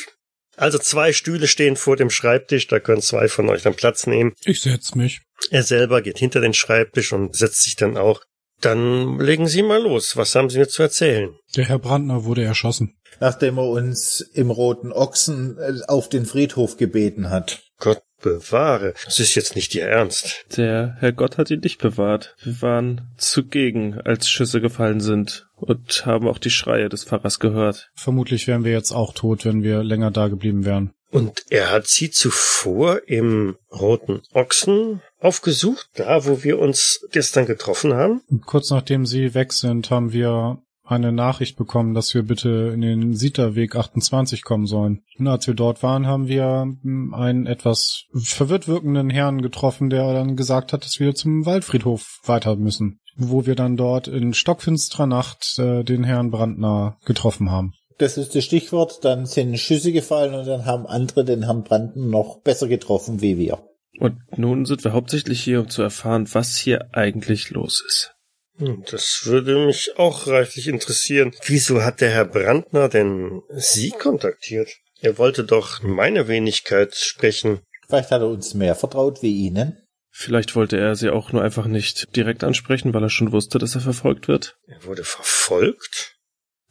A: Also zwei Stühle stehen vor dem Schreibtisch, da können zwei von euch dann Platz nehmen.
B: Ich setz mich.
A: Er selber geht hinter den Schreibtisch und setzt sich dann auch. Dann legen Sie mal los. Was haben Sie mir zu erzählen?
B: Der Herr Brandner wurde erschossen.
D: Nachdem er uns im Roten Ochsen äh, auf den Friedhof gebeten hat.
A: Gott bewahre. Das ist jetzt nicht Ihr Ernst.
E: Der Herr Gott hat ihn nicht bewahrt. Wir waren zugegen, als Schüsse gefallen sind und haben auch die Schreie des Pfarrers gehört.
B: Vermutlich wären wir jetzt auch tot, wenn wir länger da geblieben wären.
A: Und er hat Sie zuvor im Roten Ochsen aufgesucht, da wo wir uns gestern getroffen haben?
B: Kurz nachdem sie weg sind, haben wir eine Nachricht bekommen, dass wir bitte in den Sita-Weg 28 kommen sollen. Und als wir dort waren, haben wir hm, einen etwas verwirrt wirkenden Herrn getroffen, der dann gesagt hat, dass wir zum Waldfriedhof weiter müssen, wo wir dann dort in stockfinsterer Nacht äh, den Herrn Brandner getroffen haben.
D: Das ist das Stichwort, dann sind Schüsse gefallen und dann haben andere den Herrn Branden noch besser getroffen wie wir.
E: Und nun sind wir hauptsächlich hier, um zu erfahren, was hier eigentlich los ist.
A: Hm, Das würde mich auch reichlich interessieren. Wieso hat der Herr Brandner denn Sie kontaktiert? Er wollte doch meine Wenigkeit sprechen.
D: Vielleicht hat er uns mehr vertraut wie Ihnen.
E: Vielleicht wollte er sie auch nur einfach nicht direkt ansprechen, weil er schon wusste, dass er verfolgt wird.
A: Er wurde verfolgt?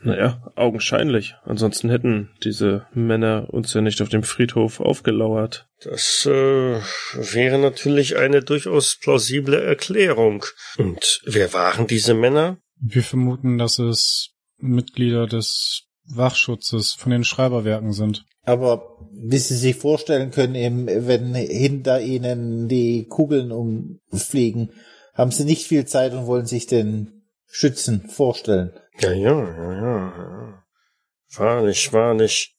E: Naja, augenscheinlich. Ansonsten hätten diese Männer uns ja nicht auf dem Friedhof aufgelauert.
A: Das äh, wäre natürlich eine durchaus plausible Erklärung. Und wer waren diese Männer?
B: Wir vermuten, dass es Mitglieder des Wachschutzes von den Schreiberwerken sind.
D: Aber wie Sie sich vorstellen können, eben, wenn hinter Ihnen die Kugeln umfliegen, haben Sie nicht viel Zeit und wollen sich den Schützen vorstellen.
A: Ja, ja, ja, ja. Wahrlich, wahrlich.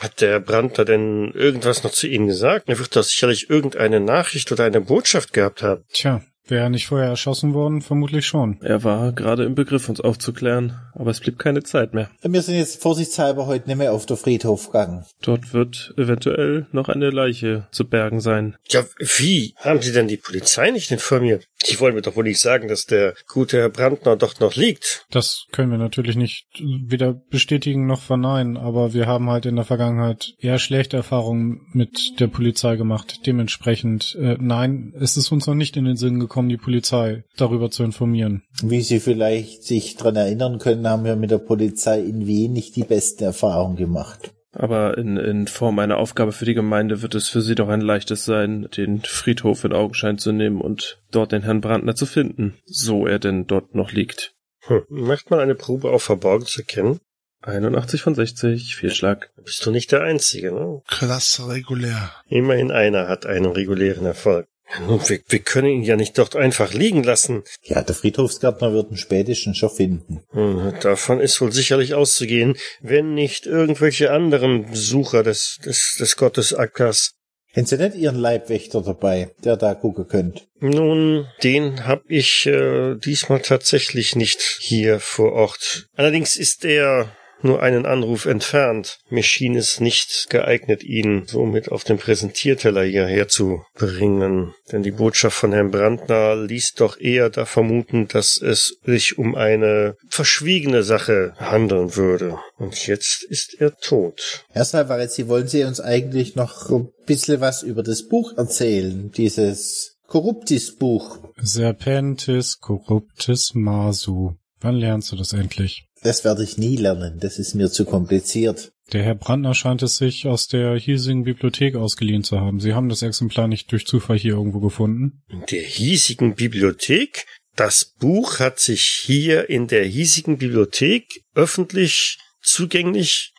A: Hat der Brandter denn irgendwas noch zu Ihnen gesagt? Er wird doch sicherlich irgendeine Nachricht oder eine Botschaft gehabt haben.
B: Tja, wäre er nicht vorher erschossen worden, vermutlich schon.
E: Er war gerade im Begriff, uns aufzuklären, aber es blieb keine Zeit mehr.
D: Wir sind jetzt vorsichtshalber heute nicht mehr auf den Friedhof gegangen.
E: Dort wird eventuell noch eine Leiche zu bergen sein.
A: Ja, wie? Haben Sie denn die Polizei nicht informiert? Die wollen mir doch wohl nicht sagen, dass der gute Herr Brandner dort noch liegt.
B: Das können wir natürlich nicht weder bestätigen noch verneinen, aber wir haben halt in der Vergangenheit eher schlechte Erfahrungen mit der Polizei gemacht. Dementsprechend, äh, nein, es ist uns noch nicht in den Sinn gekommen, die Polizei darüber zu informieren.
D: Wie Sie vielleicht sich dran erinnern können, haben wir mit der Polizei in Wien nicht die besten Erfahrungen gemacht.
E: Aber in, in Form einer Aufgabe für die Gemeinde wird es für sie doch ein leichtes sein, den Friedhof in Augenschein zu nehmen und dort den Herrn Brandner zu finden, so er denn dort noch liegt.
A: Hm. Macht man eine Probe auf Verborgen zu kennen?
E: 81 von 60, Fehlschlag.
A: Bist du nicht der Einzige, ne?
C: Klasse regulär.
A: Immerhin einer hat einen regulären Erfolg. Nun, wir, wir können ihn ja nicht dort einfach liegen lassen.
D: Ja, der Friedhofsgärtner wird ihn spätestens schon finden.
A: Hm, Davon ist wohl sicherlich auszugehen, wenn nicht irgendwelche anderen Besucher des, des, des Gottesackers.
D: Hätten Sie nicht Ihren Leibwächter dabei, der da gucken könnt?
A: Nun, den hab ich äh, diesmal tatsächlich nicht hier vor Ort. Allerdings ist er nur einen Anruf entfernt. Mir schien es nicht geeignet, ihn somit auf dem Präsentierteller hierher zu bringen. Denn die Botschaft von Herrn Brandner ließ doch eher da vermuten, dass es sich um eine verschwiegene Sache handeln würde. Und jetzt ist er tot.
D: Herr Salvarezzi, wollen Sie uns eigentlich noch ein bisschen was über das Buch erzählen? Dieses Korruptis Buch.
B: Serpentis Corruptis Masu. Wann lernst du das endlich?
D: Das werde ich nie lernen, das ist mir zu kompliziert.
B: Der Herr Brandner scheint es sich aus der hiesigen Bibliothek ausgeliehen zu haben. Sie haben das Exemplar nicht durch Zufall hier irgendwo gefunden?
A: In der hiesigen Bibliothek? Das Buch hat sich hier in der hiesigen Bibliothek öffentlich zugänglich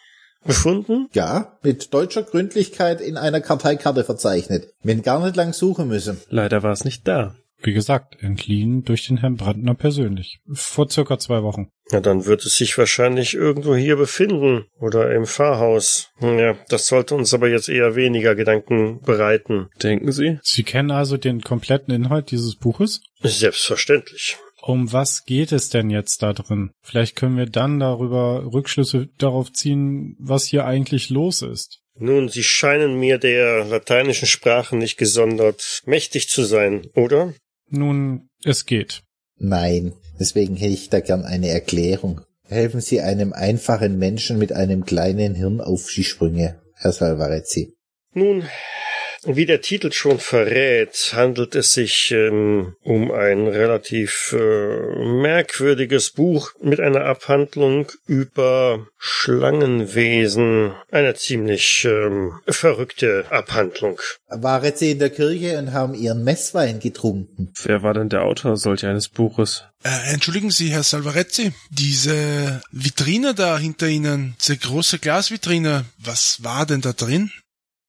A: befunden?
D: Ja, mit deutscher Gründlichkeit in einer Karteikarte verzeichnet. Wenn gar nicht lang suchen müssen.
E: Leider war es nicht da.
B: Wie gesagt, entliehen durch den Herrn Brandner persönlich. Vor circa zwei Wochen.
A: Ja, dann wird es sich wahrscheinlich irgendwo hier befinden oder im Pfarrhaus. Hm, Ja, das sollte uns aber jetzt eher weniger Gedanken bereiten.
E: Denken Sie?
B: Sie kennen also den kompletten Inhalt dieses Buches?
A: Selbstverständlich.
B: Um was geht es denn jetzt da drin? Vielleicht können wir dann darüber Rückschlüsse darauf ziehen, was hier eigentlich los ist.
A: Nun, Sie scheinen mir der lateinischen Sprache nicht gesondert mächtig zu sein, oder?
B: Nun, es geht.
D: Nein, deswegen hätte ich da gern eine Erklärung. Helfen Sie einem einfachen Menschen mit einem kleinen Hirn auf die Sprünge, Herr Salvarezzi.
A: Nun, wie der Titel schon verrät, handelt es sich ähm, um ein relativ äh, merkwürdiges Buch mit einer Abhandlung über Schlangenwesen. Eine ziemlich ähm, verrückte Abhandlung.
D: Waren Sie in der Kirche und haben Ihren Messwein getrunken?
E: Wer war denn der Autor solch eines Buches?
C: Äh, entschuldigen Sie, Herr Salvarezzi, diese Vitrine da hinter Ihnen, diese große Glasvitrine, was war denn da drin?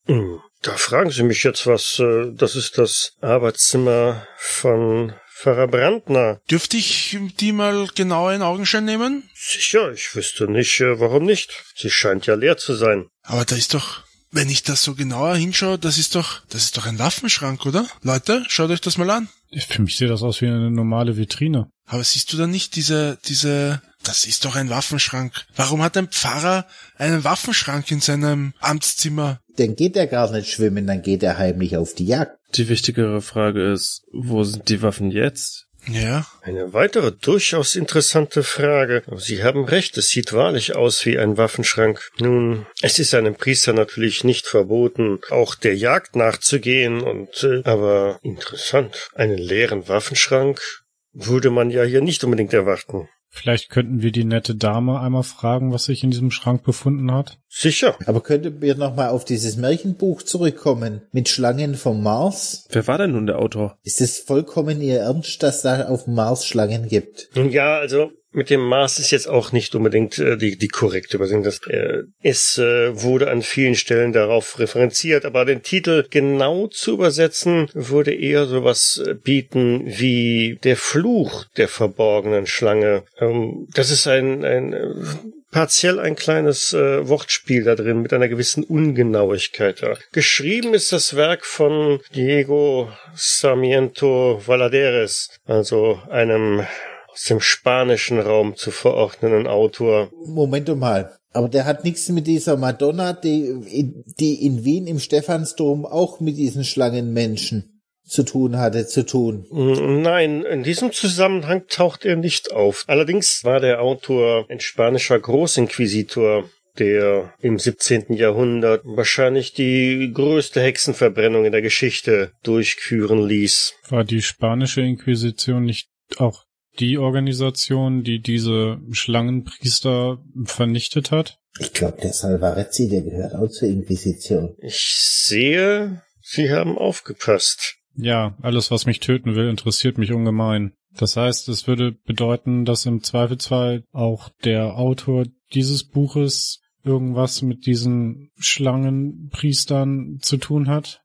A: Hm, äh, Da fragen Sie mich jetzt was. Das ist das Arbeitszimmer von Pfarrer Brandner.
C: Dürfte ich die mal genau in Augenschein nehmen?
A: Sicher, ich wüsste nicht, äh, warum nicht. Sie scheint ja leer zu sein.
C: Aber da ist doch, wenn ich das so genauer hinschaue, das ist doch, das ist doch ein Waffenschrank, oder? Leute, schaut euch das mal an.
B: Für mich sieht das aus wie eine normale Vitrine.
C: Aber siehst du da nicht diese, diese, das ist doch ein Waffenschrank. Warum hat ein Pfarrer einen Waffenschrank in seinem Amtszimmer?
D: Dann geht er gar nicht schwimmen, dann geht er heimlich auf die Jagd.
E: Die wichtigere Frage ist, wo sind die Waffen jetzt?
C: Ja.
A: Eine weitere durchaus interessante Frage. Sie haben recht, es sieht wahrlich aus wie ein Waffenschrank. Nun, es ist einem Priester natürlich nicht verboten, auch der Jagd nachzugehen und, äh, aber interessant. Einen leeren Waffenschrank würde man ja hier nicht unbedingt erwarten.
B: Vielleicht könnten wir die nette Dame einmal fragen, was sich in diesem Schrank befunden hat.
A: Sicher.
D: Aber könnten wir nochmal auf dieses Märchenbuch zurückkommen? Mit Schlangen vom Mars?
E: Wer war denn nun der Autor?
D: Ist es vollkommen Ihr Ernst, dass da auf dem Mars Schlangen gibt?
A: Nun ja, also mit dem Maß ist jetzt auch nicht unbedingt äh, die, die korrekte Übersetzung. Das, äh, es äh, wurde an vielen Stellen darauf referenziert, aber den Titel genau zu übersetzen, würde eher sowas äh, bieten wie der Fluch der verborgenen Schlange. Ähm, das ist ein, ein äh, partiell ein kleines äh, Wortspiel da drin mit einer gewissen Ungenauigkeit. Ja. Geschrieben ist das Werk von Diego Sarmiento Valaderes, also einem aus dem spanischen Raum zu verordnenden Autor.
D: Moment mal. Aber der hat nichts mit dieser Madonna, die, die in Wien im Stephansdom auch mit diesen Schlangenmenschen zu tun hatte, zu tun.
A: Nein, in diesem Zusammenhang taucht er nicht auf. Allerdings war der Autor ein spanischer Großinquisitor, der im 17. Jahrhundert wahrscheinlich die größte Hexenverbrennung in der Geschichte durchführen ließ.
B: War die spanische Inquisition nicht auch die Organisation, die diese Schlangenpriester vernichtet hat?
D: Ich glaube, der Salvarezzi, der gehört auch zur Inquisition.
A: Ich sehe, Sie haben aufgepasst.
B: Ja, alles, was mich töten will, interessiert mich ungemein. Das heißt, es würde bedeuten, dass im Zweifelsfall auch der Autor dieses Buches irgendwas mit diesen Schlangenpriestern zu tun hat.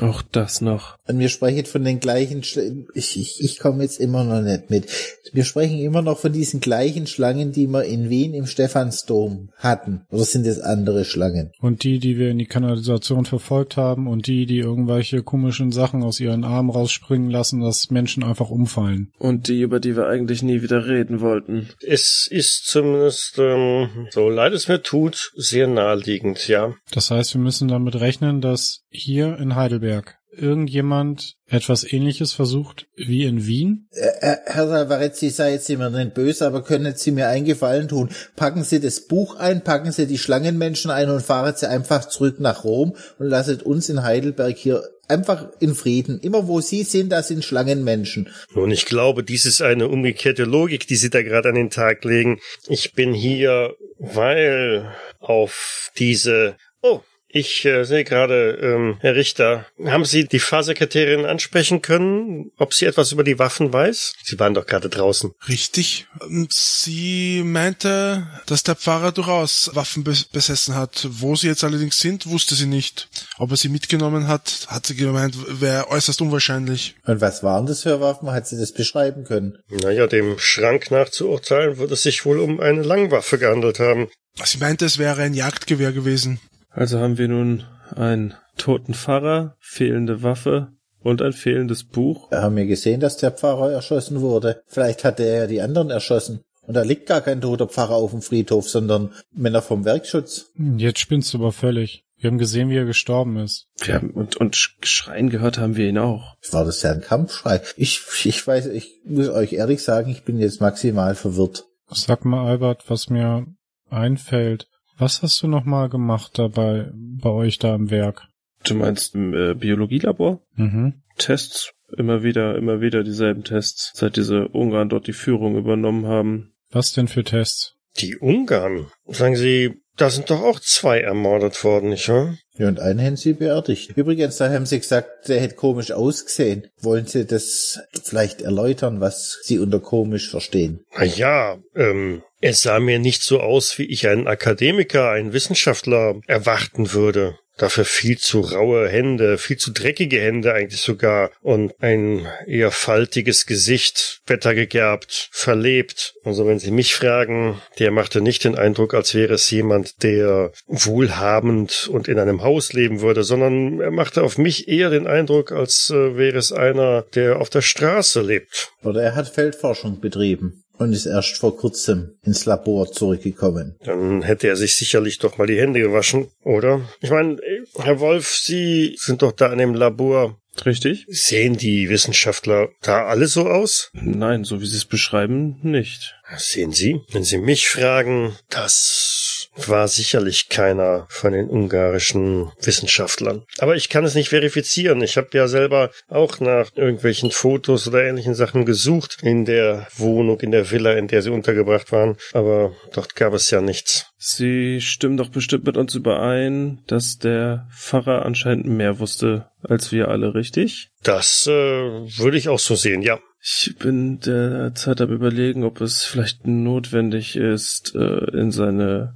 E: Auch das noch.
D: Und wir sprechen von den gleichen, Schl ich, ich, ich komme jetzt immer noch nicht mit. Wir sprechen immer noch von diesen gleichen Schlangen, die wir in Wien im Stephansdom hatten. Oder sind es andere Schlangen?
B: Und die, die wir in die Kanalisation verfolgt haben und die, die irgendwelche komischen Sachen aus ihren Armen rausspringen lassen, dass Menschen einfach umfallen.
E: Und die, über die wir eigentlich nie wieder reden wollten.
A: Es ist zumindest, ähm, so leid es mir tut, sehr naheliegend, ja.
B: Das heißt, wir müssen damit rechnen, dass hier in Heidelberg irgendjemand etwas Ähnliches versucht wie in Wien?
D: Äh, Herr Salvarezzi, sei jetzt immer nicht böse, aber können Sie mir einen Gefallen tun? Packen Sie das Buch ein, packen Sie die Schlangenmenschen ein und fahren Sie einfach zurück nach Rom und lasset uns in Heidelberg hier einfach in Frieden. Immer wo Sie sind, da sind Schlangenmenschen.
A: Nun, ich glaube, dies ist eine umgekehrte Logik, die Sie da gerade an den Tag legen. Ich bin hier, weil auf diese... Oh, ich äh, sehe gerade, ähm, Herr Richter, haben Sie die Faserkriterien ansprechen können, ob sie etwas über die Waffen weiß? Sie waren doch gerade draußen.
C: Richtig. Und Sie meinte, dass der Pfarrer durchaus Waffen bes besessen hat. Wo sie jetzt allerdings sind, wusste sie nicht. Ob er sie mitgenommen hat, hat sie gemeint, wäre äußerst unwahrscheinlich.
D: Und was waren das für Waffen? Hat sie das beschreiben können?
A: Naja, dem Schrank nach zu urteilen, würde es sich wohl um eine Langwaffe gehandelt haben.
C: Sie meinte, es wäre ein Jagdgewehr gewesen.
E: Also haben wir nun einen toten Pfarrer, fehlende Waffe und ein fehlendes Buch.
D: Wir haben ja gesehen, dass der Pfarrer erschossen wurde. Vielleicht hatte er ja die anderen erschossen. Und da liegt gar kein toter Pfarrer auf dem Friedhof, sondern Männer vom Werkschutz.
F: Hm,
B: Jetzt spinnst du aber völlig. Wir haben gesehen, wie er gestorben ist.
E: Wir haben, und, und Schreien gehört haben wir ihn auch.
D: War das ja ein Kampfschrei? Ich, ich weiß, ich muss euch ehrlich sagen, ich bin jetzt maximal verwirrt.
B: Sag mal, Albert, was mir einfällt. Was hast du nochmal gemacht dabei bei euch da im Werk?
E: Du meinst im äh, Biologielabor?
B: Mhm.
E: Tests, immer wieder, immer wieder dieselben Tests, seit diese Ungarn dort die Führung übernommen haben.
B: Was denn für Tests?
A: Die Ungarn? Sagen Sie, da sind doch auch zwei ermordet worden, nicht wahr?
D: Ja, und einen haben sie beerdigt. Übrigens, da haben sie gesagt, der hätte komisch ausgesehen. Wollen sie das vielleicht erläutern, was sie unter komisch verstehen?
A: Na Ah ja, ähm, es sah mir nicht so aus, wie ich einen Akademiker, einen Wissenschaftler erwarten würde. Dafür viel zu raue Hände, viel zu dreckige Hände eigentlich sogar und ein eher faltiges Gesicht, wettergegerbt, verlebt. Also wenn Sie mich fragen, der machte nicht den Eindruck, als wäre es jemand, der wohlhabend und in einem Haus leben würde, sondern er machte auf mich eher den Eindruck, als äh, wäre es einer, der auf der Straße lebt.
D: Oder er hat Feldforschung betrieben und ist erst vor kurzem ins Labor zurückgekommen.
A: Dann hätte er sich sicherlich doch mal die Hände gewaschen, oder? Ich meine, Herr Wolf, Sie sind doch da in dem Labor.
E: Richtig?
A: Sehen die Wissenschaftler da alle so aus?
E: Nein, so wie Sie es beschreiben, nicht.
A: Sehen Sie? Wenn Sie mich fragen, das war sicherlich keiner von den ungarischen Wissenschaftlern. Aber ich kann es nicht verifizieren. Ich habe ja selber auch nach irgendwelchen Fotos oder ähnlichen Sachen gesucht in der Wohnung, in der Villa, in der sie untergebracht waren. Aber dort gab es ja nichts.
E: Sie stimmen doch bestimmt mit uns überein, dass der Pfarrer anscheinend mehr wusste als wir alle, richtig?
A: Das äh, würde ich auch so sehen, ja.
E: Ich bin derzeit am überlegen, ob es vielleicht notwendig ist, äh, in seine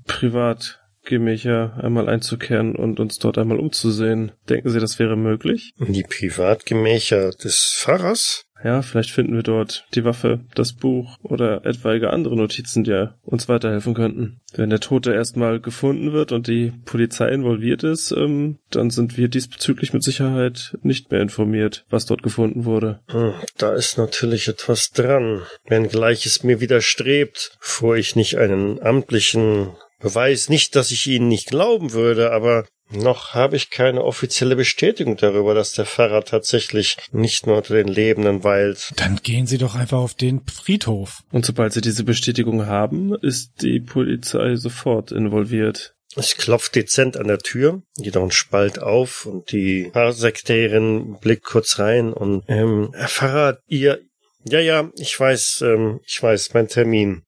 E: Privatgemächer einmal einzukehren und uns dort einmal umzusehen. Denken Sie, das wäre möglich?
A: Die Privatgemächer des Pfarrers?
E: Ja, vielleicht finden wir dort die Waffe, das Buch oder etwaige andere Notizen, die uns weiterhelfen könnten. Wenn der Tote erstmal gefunden wird und die Polizei involviert ist, ähm, dann sind wir diesbezüglich mit Sicherheit nicht mehr informiert, was dort gefunden wurde.
A: Hm, da ist natürlich etwas dran. Wenngleich es mir widerstrebt, fuhr ich nicht einen amtlichen Beweis, nicht, dass ich Ihnen nicht glauben würde, aber noch habe ich keine offizielle Bestätigung darüber, dass der Pfarrer tatsächlich nicht mehr unter den Lebenden weilt.
F: Dann gehen Sie doch einfach auf den Friedhof.
E: Und sobald Sie diese Bestätigung haben, ist die Polizei sofort involviert.
A: Es klopft dezent an der Tür, geht einen Spalt auf und die Pfarrsektärin blickt kurz rein und ähm, Herr Pfarrer, ihr ja, ja, ich weiß, ähm, ich weiß, mein Termin.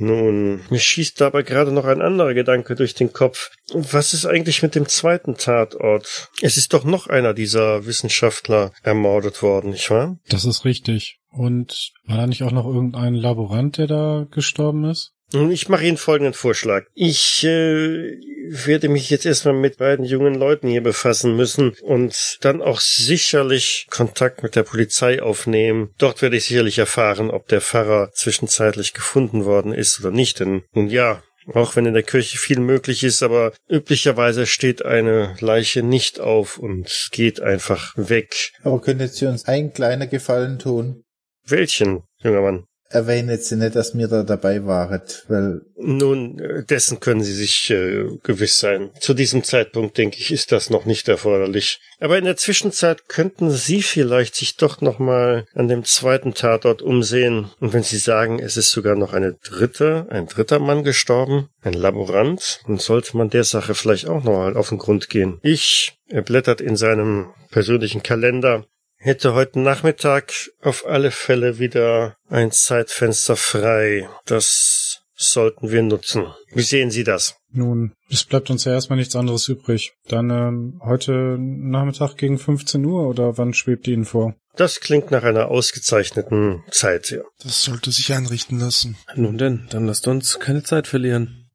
A: Nun, mir schießt dabei gerade noch ein anderer Gedanke durch den Kopf. Was ist eigentlich mit dem zweiten Tatort? Es ist doch noch einer dieser Wissenschaftler ermordet worden, nicht wahr?
F: Das ist richtig. Und war da nicht auch noch irgendein Laborant, der da gestorben ist?
A: Ich mache Ihnen folgenden Vorschlag. Ich äh, werde mich jetzt erstmal mit beiden jungen Leuten hier befassen müssen und dann auch sicherlich Kontakt mit der Polizei aufnehmen. Dort werde ich sicherlich erfahren, ob der Pfarrer zwischenzeitlich gefunden worden ist oder nicht. Denn nun ja, auch wenn in der Kirche viel möglich ist, aber üblicherweise steht eine Leiche nicht auf und geht einfach weg.
D: Aber könntet Sie uns einen kleinen Gefallen tun?
A: Welchen, junger Mann?
D: erwähnen jetzt nicht, dass mir da dabei waret, weil
A: nun äh, dessen können Sie sich äh, gewiss sein. Zu diesem Zeitpunkt denke ich, ist das noch nicht erforderlich. Aber in der Zwischenzeit könnten Sie vielleicht sich doch noch mal an dem zweiten Tatort umsehen. Und wenn Sie sagen, es ist sogar noch eine dritte, ein dritter Mann gestorben, ein Laborant, dann sollte man der Sache vielleicht auch noch mal auf den Grund gehen. Ich er blättert in seinem persönlichen Kalender hätte heute Nachmittag auf alle Fälle wieder ein Zeitfenster frei. Das sollten wir nutzen. Wie sehen Sie das?
F: Nun, es bleibt uns ja erstmal nichts anderes übrig. Dann ähm, heute Nachmittag gegen 15 Uhr oder wann schwebt Ihnen vor?
A: Das klingt nach einer ausgezeichneten Zeit, ja.
C: Das sollte sich einrichten lassen.
E: Nun denn, dann lasst uns keine Zeit verlieren.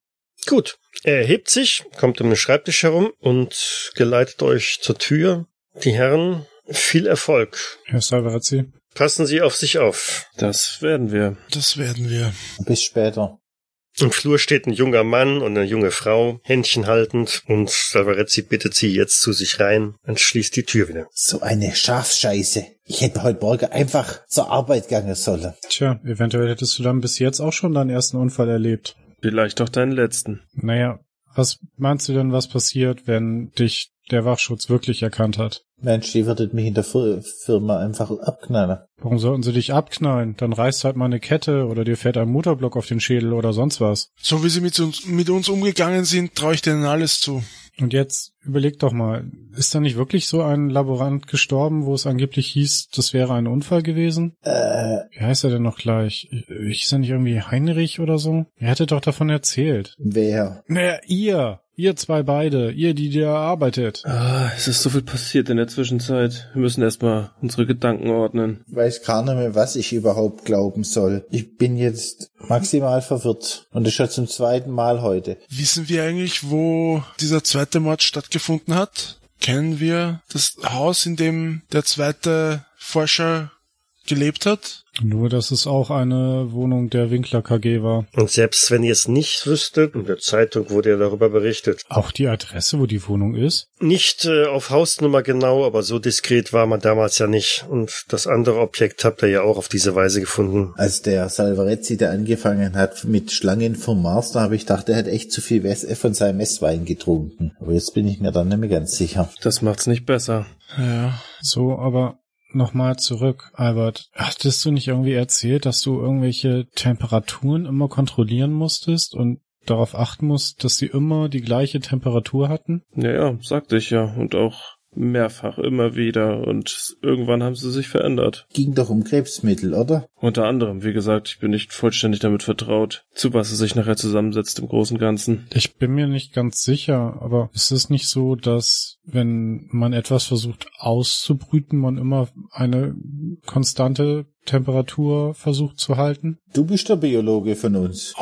A: Gut. Er hebt sich, kommt um den Schreibtisch herum und geleitet euch zur Tür. Die Herren viel Erfolg.
F: Herr Salvarazzi.
A: Passen Sie auf sich auf.
E: Das werden wir.
C: Das werden wir.
D: Bis später.
A: Im Flur steht ein junger Mann und eine junge Frau, Händchen haltend, und Salvarezzi bittet sie jetzt zu sich rein und schließt die Tür wieder.
D: So eine Schafscheiße. Ich hätte heute Morgen einfach zur Arbeit gegangen sollen.
F: Tja, eventuell hättest du dann bis jetzt auch schon deinen ersten Unfall erlebt.
E: Vielleicht auch deinen letzten.
F: Naja, was meinst du denn, was passiert, wenn dich der Wachschutz wirklich erkannt hat?
D: Mensch, die würdet mich in der Firma einfach abknallen.
F: Warum sollten sie dich abknallen? Dann reißt halt mal eine Kette oder dir fährt ein Motorblock auf den Schädel oder sonst was.
C: So wie sie mit uns, mit uns umgegangen sind, traue ich denen alles zu.
F: Und jetzt überleg doch mal, ist da nicht wirklich so ein Laborant gestorben, wo es angeblich hieß, das wäre ein Unfall gewesen?
D: Äh,
F: Wie heißt er denn noch gleich? Hieß er nicht irgendwie Heinrich oder so? Er hatte doch davon erzählt.
D: wer?
F: Naja, ihr!
B: Ihr zwei beide, ihr, die da arbeitet.
E: Ah, es ist so viel passiert in der Zwischenzeit. Wir müssen erstmal unsere Gedanken ordnen.
D: Weiß keiner mehr, was ich überhaupt glauben soll. Ich bin jetzt maximal verwirrt. Und das schon zum zweiten Mal heute.
C: Wissen wir eigentlich, wo dieser zweite Mord stattgefunden hat? Kennen wir das Haus, in dem der zweite Forscher gelebt hat?
B: Nur, dass es auch eine Wohnung der Winkler KG war.
A: Und selbst wenn ihr es nicht wüsstet, in der Zeitung wurde ja darüber berichtet.
B: Auch die Adresse, wo die Wohnung ist?
A: Nicht äh, auf Hausnummer genau, aber so diskret war man damals ja nicht. Und das andere Objekt habt ihr ja auch auf diese Weise gefunden.
D: Als der Salvarezzi da angefangen hat mit Schlangen vom Mars, da habe ich gedacht, er hat echt zu viel Wes- äh, von seinem Esswein getrunken. Aber jetzt bin ich mir dann nicht mehr ganz sicher.
E: Das macht's nicht besser.
C: Ja.
B: So, aber nochmal zurück, Albert. Hattest du nicht irgendwie erzählt, dass du irgendwelche Temperaturen immer kontrollieren musstest und darauf achten musst, dass sie immer die gleiche Temperatur hatten?
E: Naja, sagte ich ja. Und auch mehrfach, immer wieder. Und irgendwann haben sie sich verändert.
D: Ging doch um Krebsmittel, oder?
E: Unter anderem, wie gesagt, ich bin nicht vollständig damit vertraut, zu was es sich nachher zusammensetzt im Großen und Ganzen.
B: Ich bin mir nicht ganz sicher, aber es ist nicht so, dass wenn man etwas versucht auszubrüten, man immer eine konstante Temperatur versucht zu halten?
D: Du bist der Biologe von uns.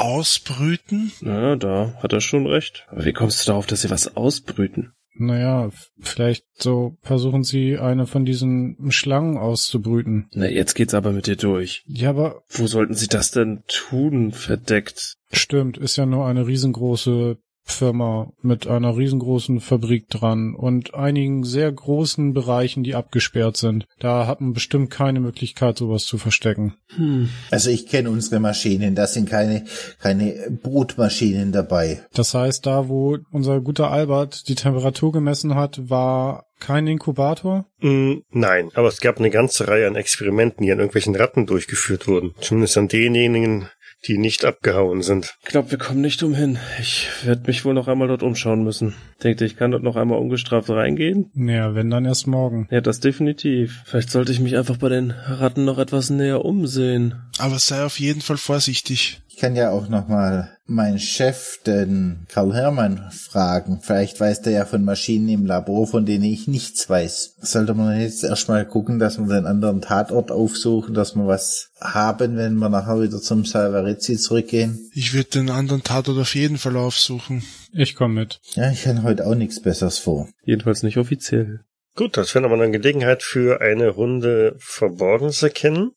C: Ausbrüten?
E: Naja, da hat er schon recht. Aber wie kommst du darauf, dass sie was ausbrüten?
B: Naja, f- vielleicht so versuchen sie eine von diesen Schlangen auszubrüten.
E: Na, jetzt geht's aber mit dir durch.
B: Ja, aber
E: Wo sollten sie das denn tun, verdeckt?
B: stimmt, ist ja nur eine riesengroße Firma mit einer riesengroßen Fabrik dran und einigen sehr großen Bereichen, die abgesperrt sind. Da hat man bestimmt keine Möglichkeit, sowas zu verstecken.
E: Hm.
D: Also ich kenne unsere Maschinen, da sind keine, keine Brutmaschinen dabei.
B: Das heißt, da wo unser guter Albert die Temperatur gemessen hat, war kein Inkubator?
A: Mm, nein, aber es gab eine ganze Reihe an Experimenten, die an irgendwelchen Ratten durchgeführt wurden. Zumindest an denjenigen, die nicht abgehauen sind.
E: Ich glaube, wir kommen nicht umhin. Ich werde mich wohl noch einmal dort umschauen müssen. Denkt ihr, ich kann dort noch einmal ungestraft reingehen?
B: Naja, wenn dann erst morgen.
E: Ja, das definitiv. Vielleicht sollte ich mich einfach bei den Ratten noch etwas näher umsehen.
C: Aber sei auf jeden Fall vorsichtig.
D: Ich kann ja auch nochmal meinen Chef, den Karl Hermann, fragen. Vielleicht weiß der ja von Maschinen im Labor, von denen ich nichts weiß. Sollte man jetzt erstmal gucken, dass wir den anderen Tatort aufsuchen, dass wir was haben, wenn wir nachher wieder zum Salvarezzi zurückgehen?
C: Ich würde den anderen Tatort auf jeden Fall aufsuchen.
B: Ich komme mit.
D: Ja, ich habe heute auch nichts Besseres vor.
E: Jedenfalls nicht offiziell.
A: Gut, das wäre nochmal eine Gelegenheit für eine Runde Verborgenes erkennen.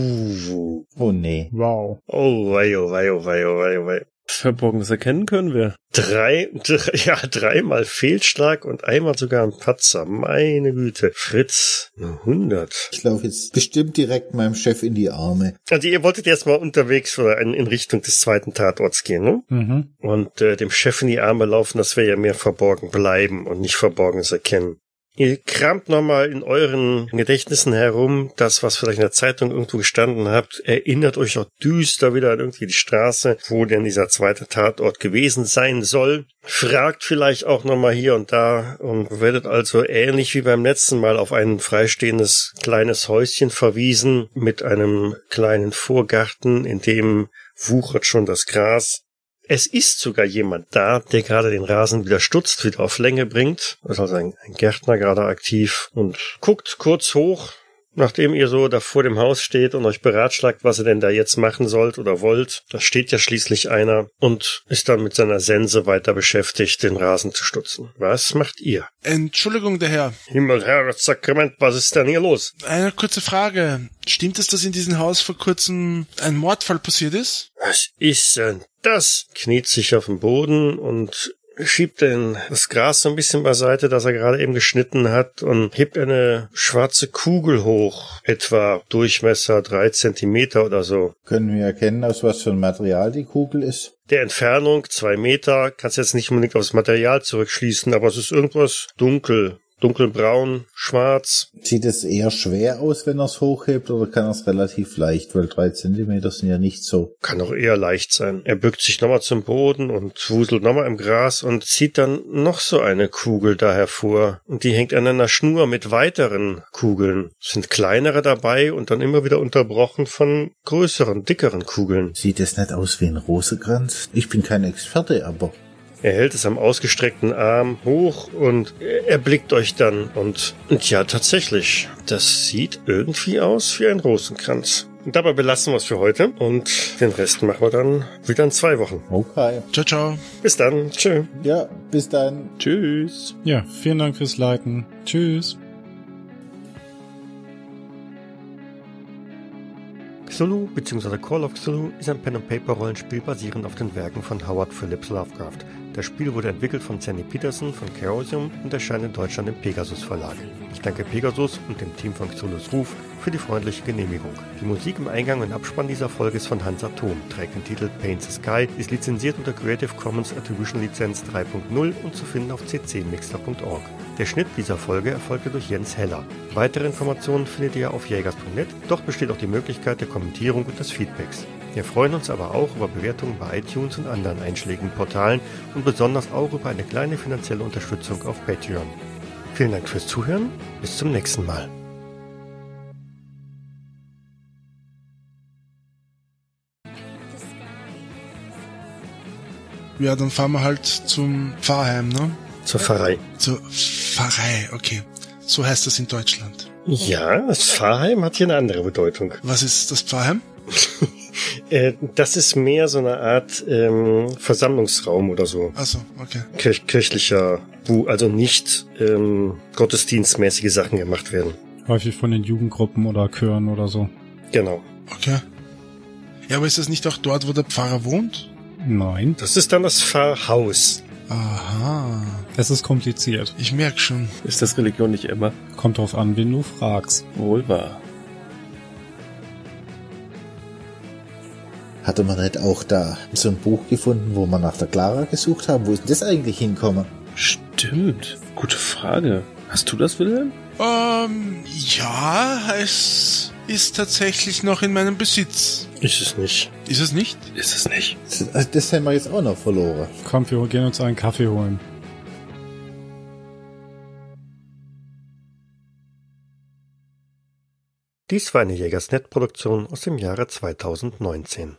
A: Oh,
D: Oh nee.
B: Wow.
A: oh, wei, oh, wei, oh, wei, oh, wei, oh, wei.
E: Verborgenes erkennen können wir.
A: Drei, drei, ja, dreimal Fehlschlag und einmal sogar ein Patzer. Meine Güte. Fritz, eine 100.
D: Ich laufe jetzt bestimmt direkt meinem Chef in die Arme.
A: Also ihr wolltet erstmal unterwegs oder in, in Richtung des zweiten Tatorts gehen, ne?
B: Mhm.
A: Und äh, dem Chef in die Arme laufen, das wäre ja mehr verborgen bleiben und nicht verborgenes erkennen. Ihr kramt nochmal in euren Gedächtnissen herum, das, was vielleicht in der Zeitung irgendwo gestanden habt, erinnert euch noch düster wieder an irgendwie die Straße, wo denn dieser zweite Tatort gewesen sein soll. Fragt vielleicht auch nochmal hier und da und werdet also ähnlich wie beim letzten Mal auf ein freistehendes kleines Häuschen verwiesen mit einem kleinen Vorgarten, in dem wuchert schon das Gras. Es ist sogar jemand da, der gerade den Rasen wieder stutzt, wieder auf Länge bringt. Das ist also ein, ein Gärtner gerade aktiv und guckt kurz hoch, nachdem ihr so da vor dem Haus steht und euch beratschlagt, was ihr denn da jetzt machen sollt oder wollt. Da steht ja schließlich einer und ist dann mit seiner Sense weiter beschäftigt, den Rasen zu stutzen. Was macht ihr?
C: Entschuldigung, der Herr.
A: Himmel, Herr, Sakrament, was ist denn hier los?
C: Eine kurze Frage. Stimmt es, dass in diesem Haus vor kurzem ein Mordfall passiert ist?
A: Was ist denn das? Kniet sich auf den Boden und schiebt den, das Gras so ein bisschen beiseite, das er gerade eben geschnitten hat und hebt eine schwarze Kugel hoch, etwa Durchmesser drei Zentimeter oder so.
D: Können wir erkennen, aus was für ein Material die Kugel ist?
A: Der Entfernung zwei Meter kannst jetzt nicht unbedingt aufs Material zurückschließen, aber es ist irgendwas dunkel, dunkelbraun, schwarz.
D: Sieht es eher schwer aus, wenn er es hochhebt, oder kann er es relativ leicht? Weil drei Zentimeter sind ja nicht so.
A: Kann auch eher leicht sein. Er bückt sich nochmal zum Boden und wuselt nochmal im Gras und zieht dann noch so eine Kugel da hervor. Und die hängt an einer Schnur mit weiteren Kugeln. Es sind kleinere dabei und dann immer wieder unterbrochen von größeren, dickeren Kugeln.
D: Sieht es nicht aus wie ein Rosekranz? Ich bin kein Experte, aber
G: Er hält es am ausgestreckten Arm hoch und er blickt euch dann. Und, und ja, tatsächlich, das sieht irgendwie aus wie ein Rosenkranz. Und dabei belassen wir es für heute und den Rest machen wir dann wieder in zwei Wochen.
D: Okay.
C: Ciao, ciao.
G: Bis dann. Tschö.
D: Ja, bis dann.
E: Tschüss.
B: Ja, vielen Dank fürs Leiten. Tschüss.
A: Cthulhu bzw. Call of Cthulhu ist ein Pen-and-Paper-Rollenspiel basierend auf den Werken von Howard Phillips Lovecraft. Das Spiel wurde entwickelt von Sandy Peterson von Chaosium und erscheint in Deutschland im Pegasus Verlag. Ich danke Pegasus und dem Team von Cthulhus Ruf für die freundliche Genehmigung. Die Musik im Eingang und Abspann dieser Folge ist von Hans Atom, trägt den Titel Paint the Sky, ist lizenziert unter Creative Commons Attribution Lizenz 3.0 und zu finden auf ccmixter.org. Der Schnitt dieser Folge erfolgte durch Jens Heller. Weitere Informationen findet ihr auf jägers.net, dort besteht auch die Möglichkeit der Kommentierung und des Feedbacks. Wir freuen uns aber auch über Bewertungen bei iTunes und anderen einschlägigen Portalen und besonders auch über eine kleine finanzielle Unterstützung auf Patreon. Vielen Dank fürs Zuhören, bis zum nächsten Mal.
C: Ja, dann fahren wir halt zum Pfarrheim, ne?
G: Zur Pfarrei.
C: Zur Pfarrei, okay. So heißt das in Deutschland.
G: Ja, das Pfarrheim hat hier eine andere Bedeutung.
C: Was ist das Pfarrheim?
G: Äh, das ist mehr so eine Art ähm, Versammlungsraum oder so.
C: Achso, Also, okay.
G: Kirch kirchlicher, wo also nicht ähm, gottesdienstmäßige Sachen gemacht werden.
B: Häufig von den Jugendgruppen oder Chören oder so.
G: Genau.
C: Okay. Ja, aber ist das nicht auch dort, wo der Pfarrer wohnt?
B: Nein.
G: Das ist dann das Pfarrhaus.
C: Aha.
B: Es ist kompliziert.
C: Ich merk schon.
E: Ist das Religion nicht immer?
B: Kommt drauf an, wen du fragst.
E: Wohl wahr.
D: Hatte man nicht auch da so ein Buch gefunden, wo man nach der Clara gesucht haben? Wo ist denn das eigentlich hinkommen?
E: Stimmt. Gute Frage. Hast du das, Wilhelm?
C: Ähm, ja, es ist tatsächlich noch in meinem Besitz.
G: Ist es nicht.
C: Ist es nicht?
E: Ist es nicht.
D: Das, das haben wir jetzt auch noch verloren.
B: Komm, wir gehen uns einen Kaffee holen.
A: Dies war eine Jägersnet-Produktion aus dem Jahre 2019.